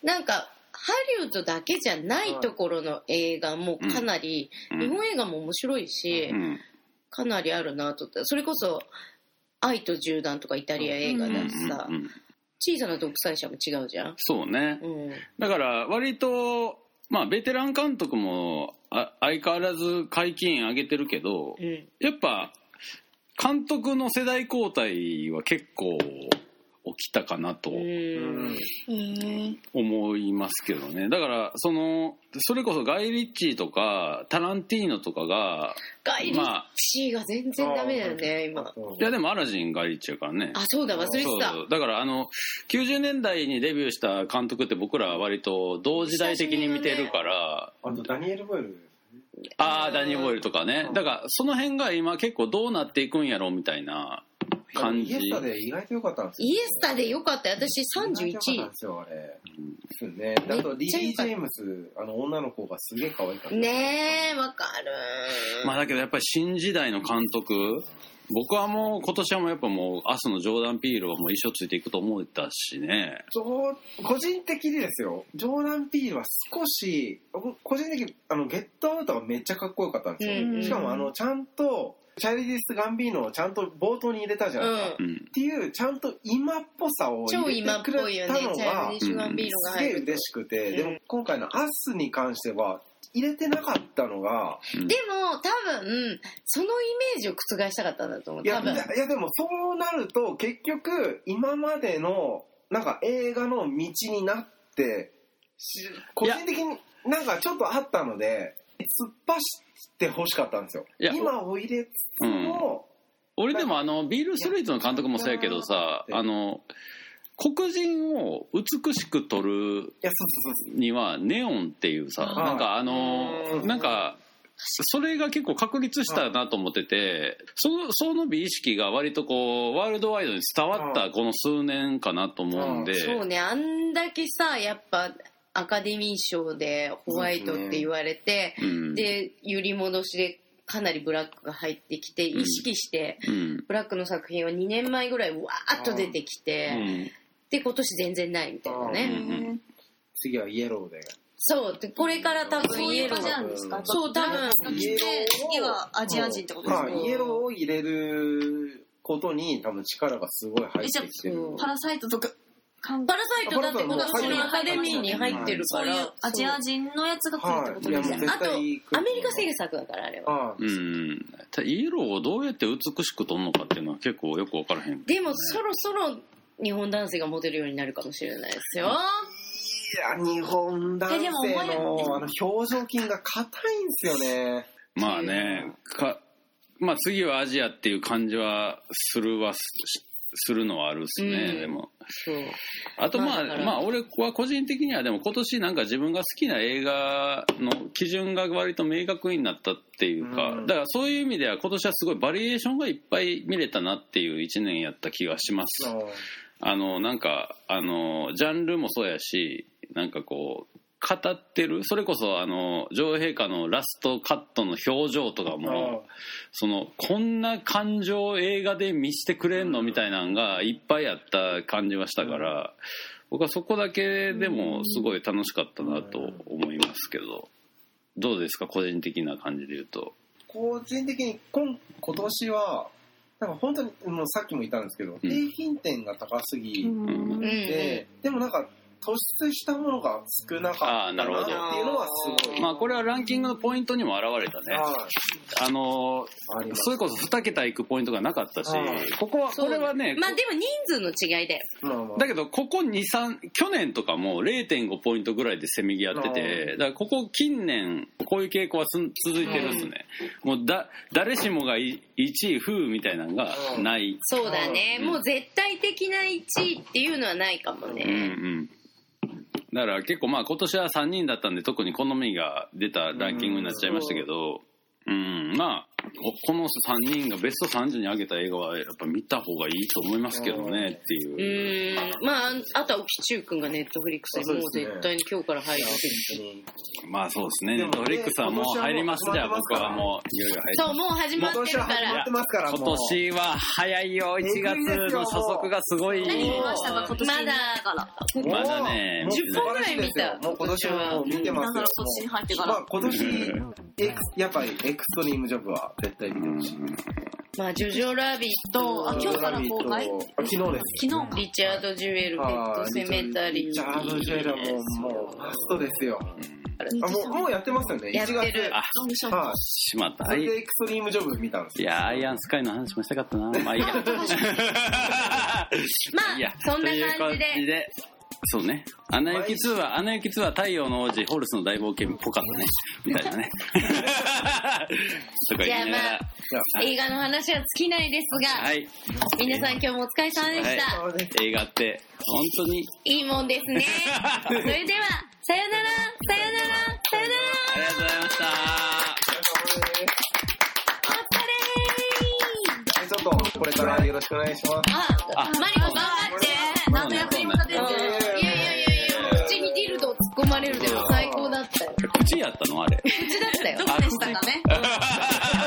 [SPEAKER 3] なんかハリウッドだけじゃないところの映画もかなり
[SPEAKER 1] うん
[SPEAKER 3] 日本映画も面白いし
[SPEAKER 1] うん
[SPEAKER 3] かなりあるなと思ってそれこそ「愛と銃弾」とかイタリア映画だしさ
[SPEAKER 1] うんうんうん
[SPEAKER 3] 小さな独裁者も違うじゃん。
[SPEAKER 1] そうね
[SPEAKER 3] うん
[SPEAKER 1] だから割とまあベテラン監督もあ相変わらず解禁上げてるけど
[SPEAKER 3] うん
[SPEAKER 1] やっぱ監督の世代交代は結構起きたかなと
[SPEAKER 3] うん
[SPEAKER 4] へえ。
[SPEAKER 1] 思いますけどねだからそのそれこそガイ・リッチーとかタランティーノとかが
[SPEAKER 3] ガイリ
[SPEAKER 1] ま
[SPEAKER 3] ッ
[SPEAKER 1] あ
[SPEAKER 3] チーが全然ダメだよね今。
[SPEAKER 1] いやでもアラジンガイ・リッチーやからね
[SPEAKER 3] あ、そうだ、忘れて
[SPEAKER 1] そう
[SPEAKER 3] た。
[SPEAKER 1] そうだからあの90年代にデビューした監督って僕らは割と同時代的に見てるから、
[SPEAKER 2] あとダニエル・ボイル
[SPEAKER 1] ああダニー・ボイルとかね
[SPEAKER 2] うん
[SPEAKER 1] だからその辺が今結構どうなっていくんやろみたいな感じ
[SPEAKER 2] イエスタで意外と良かったんですよ
[SPEAKER 3] イエスタでよかったよ。私31
[SPEAKER 2] 意外と良かったん
[SPEAKER 3] 位
[SPEAKER 2] で。すよあれ
[SPEAKER 1] うん
[SPEAKER 2] ですよねあとリリー・ジェームスあの女の子がすげえ可愛かった
[SPEAKER 3] ねえ、わかる。
[SPEAKER 1] まあだけどやっぱり新時代の監督僕はもう今年はもうやっぱもう明日のジョーダン・ピールはもう一生ついていくと思ったしね
[SPEAKER 2] ジョー個人的にですよジョーダン・ピールは少し僕個人的にあのゲットアウトがめっちゃかっこよかったんですよ、
[SPEAKER 3] うんうん
[SPEAKER 2] しかもあのちゃんとチャイルディス・ガンビーノをちゃんと冒頭に入れたじゃ
[SPEAKER 3] う
[SPEAKER 2] ないですか、
[SPEAKER 3] ん
[SPEAKER 2] っ。
[SPEAKER 1] うん
[SPEAKER 2] ていうちゃんと今っぽさを
[SPEAKER 3] 超
[SPEAKER 2] 入れ
[SPEAKER 3] 今
[SPEAKER 2] て
[SPEAKER 3] っ
[SPEAKER 2] く
[SPEAKER 3] ぽい
[SPEAKER 2] れ
[SPEAKER 3] よ
[SPEAKER 2] た
[SPEAKER 3] ね
[SPEAKER 2] の。
[SPEAKER 3] チャイル
[SPEAKER 2] が
[SPEAKER 3] ディッシュガンビーノが
[SPEAKER 2] す
[SPEAKER 3] 入
[SPEAKER 2] げえ
[SPEAKER 3] ると。
[SPEAKER 2] 嬉しくて、で
[SPEAKER 3] う
[SPEAKER 2] も
[SPEAKER 3] ん
[SPEAKER 2] 今回の「アスに関しては入れてなかったのが
[SPEAKER 3] でも、多分、そのイメージを覆したかったんだと思う。
[SPEAKER 2] いや
[SPEAKER 3] 多
[SPEAKER 2] い
[SPEAKER 3] 分。
[SPEAKER 2] やいやでもそうなると結局今までのなんか映画の道になってし個人的になんかちょっとあったので突っ走ってほしかったんですよ
[SPEAKER 1] いや
[SPEAKER 2] 今を入れつつも、
[SPEAKER 1] 俺でもあのビール・ストリートの監督もそうやけどさあの黒人を美しく撮る
[SPEAKER 2] いやそう
[SPEAKER 1] にはネオンっていうさ、
[SPEAKER 2] はい
[SPEAKER 1] なんかあ
[SPEAKER 3] う
[SPEAKER 1] の
[SPEAKER 2] ん
[SPEAKER 1] なんかそれが結構確立したなと思っててそのその美意識が割とこうワールドワイドに伝わったこの数年かなと思うんで
[SPEAKER 3] そうね、あんだけさ、やっぱ、アカデミー賞でホワイトって言われて、
[SPEAKER 1] うん
[SPEAKER 3] で、揺り戻しでかなりブラックが入ってきて、
[SPEAKER 1] うん
[SPEAKER 3] 意識して、
[SPEAKER 1] うん
[SPEAKER 3] ブラックの作品は2年前ぐらいわーっと出てきて、
[SPEAKER 1] うん
[SPEAKER 3] で今年全然ないみたいな
[SPEAKER 1] う
[SPEAKER 3] ね、
[SPEAKER 1] んうん
[SPEAKER 2] 次はイエローで
[SPEAKER 3] そうでこれから多分
[SPEAKER 4] そう
[SPEAKER 3] イ
[SPEAKER 4] い
[SPEAKER 3] エ
[SPEAKER 4] う
[SPEAKER 3] ロ
[SPEAKER 4] 感
[SPEAKER 3] ー
[SPEAKER 4] じなんですか
[SPEAKER 3] そう多分
[SPEAKER 4] 来て、次はアジア人ってことです
[SPEAKER 2] ま
[SPEAKER 4] か
[SPEAKER 2] あイエローを入れることに多分力がすごい入ってきてる
[SPEAKER 3] そう
[SPEAKER 4] パラサイトとか、韓
[SPEAKER 3] パラサイトだって今
[SPEAKER 4] パラサイト
[SPEAKER 3] 年
[SPEAKER 4] も
[SPEAKER 3] アカデミーに入ってる
[SPEAKER 4] そ
[SPEAKER 3] か
[SPEAKER 4] うい
[SPEAKER 3] ら、
[SPEAKER 4] うアジア人のやつが来るって
[SPEAKER 2] は
[SPEAKER 4] こ
[SPEAKER 2] い
[SPEAKER 4] と
[SPEAKER 2] いや
[SPEAKER 4] で
[SPEAKER 2] も
[SPEAKER 4] す
[SPEAKER 2] う
[SPEAKER 4] よね。
[SPEAKER 2] 絶対来る
[SPEAKER 3] アメリカ制作だからあれは
[SPEAKER 2] ああ
[SPEAKER 1] うんただイエローをどうやって美しく撮るのかっていうのは結構よく分からへん
[SPEAKER 3] でもそろそろ日本男性がモデルようになるかもしれないですよ、
[SPEAKER 2] いや日本男性
[SPEAKER 4] えでも思え
[SPEAKER 2] のあの表情筋が硬いんですよね
[SPEAKER 1] まあねかまあ次はアジアっていう感じはするはしするのはあるっすね、
[SPEAKER 3] うん
[SPEAKER 1] でも
[SPEAKER 3] そう
[SPEAKER 1] あとまあ、ま
[SPEAKER 3] まあ
[SPEAKER 1] あ
[SPEAKER 3] だから
[SPEAKER 1] 俺は個人的にはでも今年なんか自分が好きな映画の基準が割と明確になったっていうか、
[SPEAKER 2] うん
[SPEAKER 1] だからそういう意味では今年はすごいバリエーションがいっぱい見れたなっていう1年やった気がします、あのなんかあのジャンルもそうやしなんかこう語ってるそれこそあの女王陛下のラストカットの表情とかもそのこんな感情を映画で見せてくれんの
[SPEAKER 2] うん
[SPEAKER 1] みたいなんがいっぱいあった感じはしたから僕はそこだけでもすごい楽しかったなと思いますけどどうですか個人的な感じで言うと。
[SPEAKER 2] 個人的に今今年はなんか本当にもうさっきも言ったんですけど、
[SPEAKER 1] うん
[SPEAKER 2] 平均点が高すぎ
[SPEAKER 1] ん
[SPEAKER 3] うんうん
[SPEAKER 2] て、でもなんか突出したものが少なかったなっていうのはすごい。
[SPEAKER 1] まあこれはランキングのポイントにも表れたね
[SPEAKER 2] はい
[SPEAKER 1] あの
[SPEAKER 2] あります
[SPEAKER 1] それこそ2桁いくポイントがなかったし
[SPEAKER 2] うん
[SPEAKER 1] ここは
[SPEAKER 3] そう
[SPEAKER 1] これはね
[SPEAKER 3] まあでも人数の違いで
[SPEAKER 2] まあまあ
[SPEAKER 1] だけどここ23去年とかも0.5ポイントぐらいでせめぎ合っててだからここ近年こういう傾向はす続いてるんですね、もうだ誰しもが1位風みたいなのがない、
[SPEAKER 3] そうだね、
[SPEAKER 1] うん
[SPEAKER 3] もう絶対的な1位っていうのはないかも
[SPEAKER 1] うん、うん
[SPEAKER 3] ね、
[SPEAKER 1] だから結構まあ今年は3人だったんで特に好みが出たランキングになっちゃいましたけどうんまあここの3人がベスト30に上げた映画はやっぱ見た方がいいと思いますけどねっていう
[SPEAKER 3] うーんまああとは沖中君がネットフリックスでもう
[SPEAKER 2] そうですね
[SPEAKER 3] 絶対に今日から入る
[SPEAKER 2] 本
[SPEAKER 3] てる
[SPEAKER 2] 当に
[SPEAKER 1] まあそうですね。
[SPEAKER 2] で
[SPEAKER 1] ネ
[SPEAKER 2] も
[SPEAKER 1] ッ
[SPEAKER 2] ね
[SPEAKER 1] トフリックスはもう入ります。
[SPEAKER 2] 今
[SPEAKER 1] じ
[SPEAKER 2] 年
[SPEAKER 1] ゃあ
[SPEAKER 2] はもう
[SPEAKER 1] 僕はもういよいよ入り
[SPEAKER 3] そうもう始ま
[SPEAKER 2] 今
[SPEAKER 3] ってる
[SPEAKER 2] 年は
[SPEAKER 3] か
[SPEAKER 2] 始まっ
[SPEAKER 3] ら
[SPEAKER 2] てますから、
[SPEAKER 1] 今
[SPEAKER 2] もう
[SPEAKER 1] 年は早いよ。1月の初速がすごい。
[SPEAKER 4] 何見ましたか今年
[SPEAKER 3] まだ
[SPEAKER 4] から
[SPEAKER 1] まだね
[SPEAKER 2] もう
[SPEAKER 1] 10
[SPEAKER 3] 本ぐらい見た
[SPEAKER 2] もう今年はもう見てます
[SPEAKER 4] だから
[SPEAKER 2] よ。
[SPEAKER 4] 今年に入ってから
[SPEAKER 2] まあ今年、エクスやっぱりエクストリームジョブは絶対見てほしい。
[SPEAKER 3] まあジョジョラビッ
[SPEAKER 4] とあ今日から公開
[SPEAKER 2] あ昨日です。
[SPEAKER 4] 昨日か
[SPEAKER 3] トリチャード・ジュエルペット・セメタリー
[SPEAKER 2] ジャード・ジュエルはもう、もう、マストですよ。あもう、もうやってますよね。
[SPEAKER 3] やってる
[SPEAKER 2] 1月
[SPEAKER 1] あ
[SPEAKER 4] 見しょ
[SPEAKER 2] はい。
[SPEAKER 1] しまった。
[SPEAKER 2] そ
[SPEAKER 1] は
[SPEAKER 2] れ
[SPEAKER 1] い
[SPEAKER 2] でエクストリームジョブ見たんです
[SPEAKER 1] い
[SPEAKER 2] よ。
[SPEAKER 1] やーアイアンスカイの話もしたかった
[SPEAKER 2] [LAUGHS]
[SPEAKER 1] な。まあいいや。
[SPEAKER 3] まあ
[SPEAKER 1] いや
[SPEAKER 3] そんな感
[SPEAKER 1] と
[SPEAKER 3] じで
[SPEAKER 1] いう感じで。そうね。アナ雪2は、アナ雪2は太陽の王子、ホルスの大冒険っぽかったね。みたいな
[SPEAKER 3] [LAUGHS]
[SPEAKER 1] ね。とか言いなが
[SPEAKER 3] じゃあま
[SPEAKER 1] ら。
[SPEAKER 3] 映画の話は尽きないですが、
[SPEAKER 1] はい。
[SPEAKER 3] 皆さん今日もお疲れ様でした、
[SPEAKER 1] は映画って、本当
[SPEAKER 3] [LAUGHS]
[SPEAKER 1] に
[SPEAKER 3] い、いもんですねそれではさよならさよならさよな
[SPEAKER 1] ありがとうございました。
[SPEAKER 3] らお疲れ
[SPEAKER 2] はいちょっと、これからよろしくお願いします。
[SPEAKER 3] あマリコ頑張って
[SPEAKER 4] 何の役にも立て
[SPEAKER 3] いやいや
[SPEAKER 4] て
[SPEAKER 3] いやいや口にディルドを突っ込まれるでも最高だったよ
[SPEAKER 1] 口やったのあれ。
[SPEAKER 3] 口だったよ
[SPEAKER 4] どこでしたかね
[SPEAKER 1] あ [LAUGHS]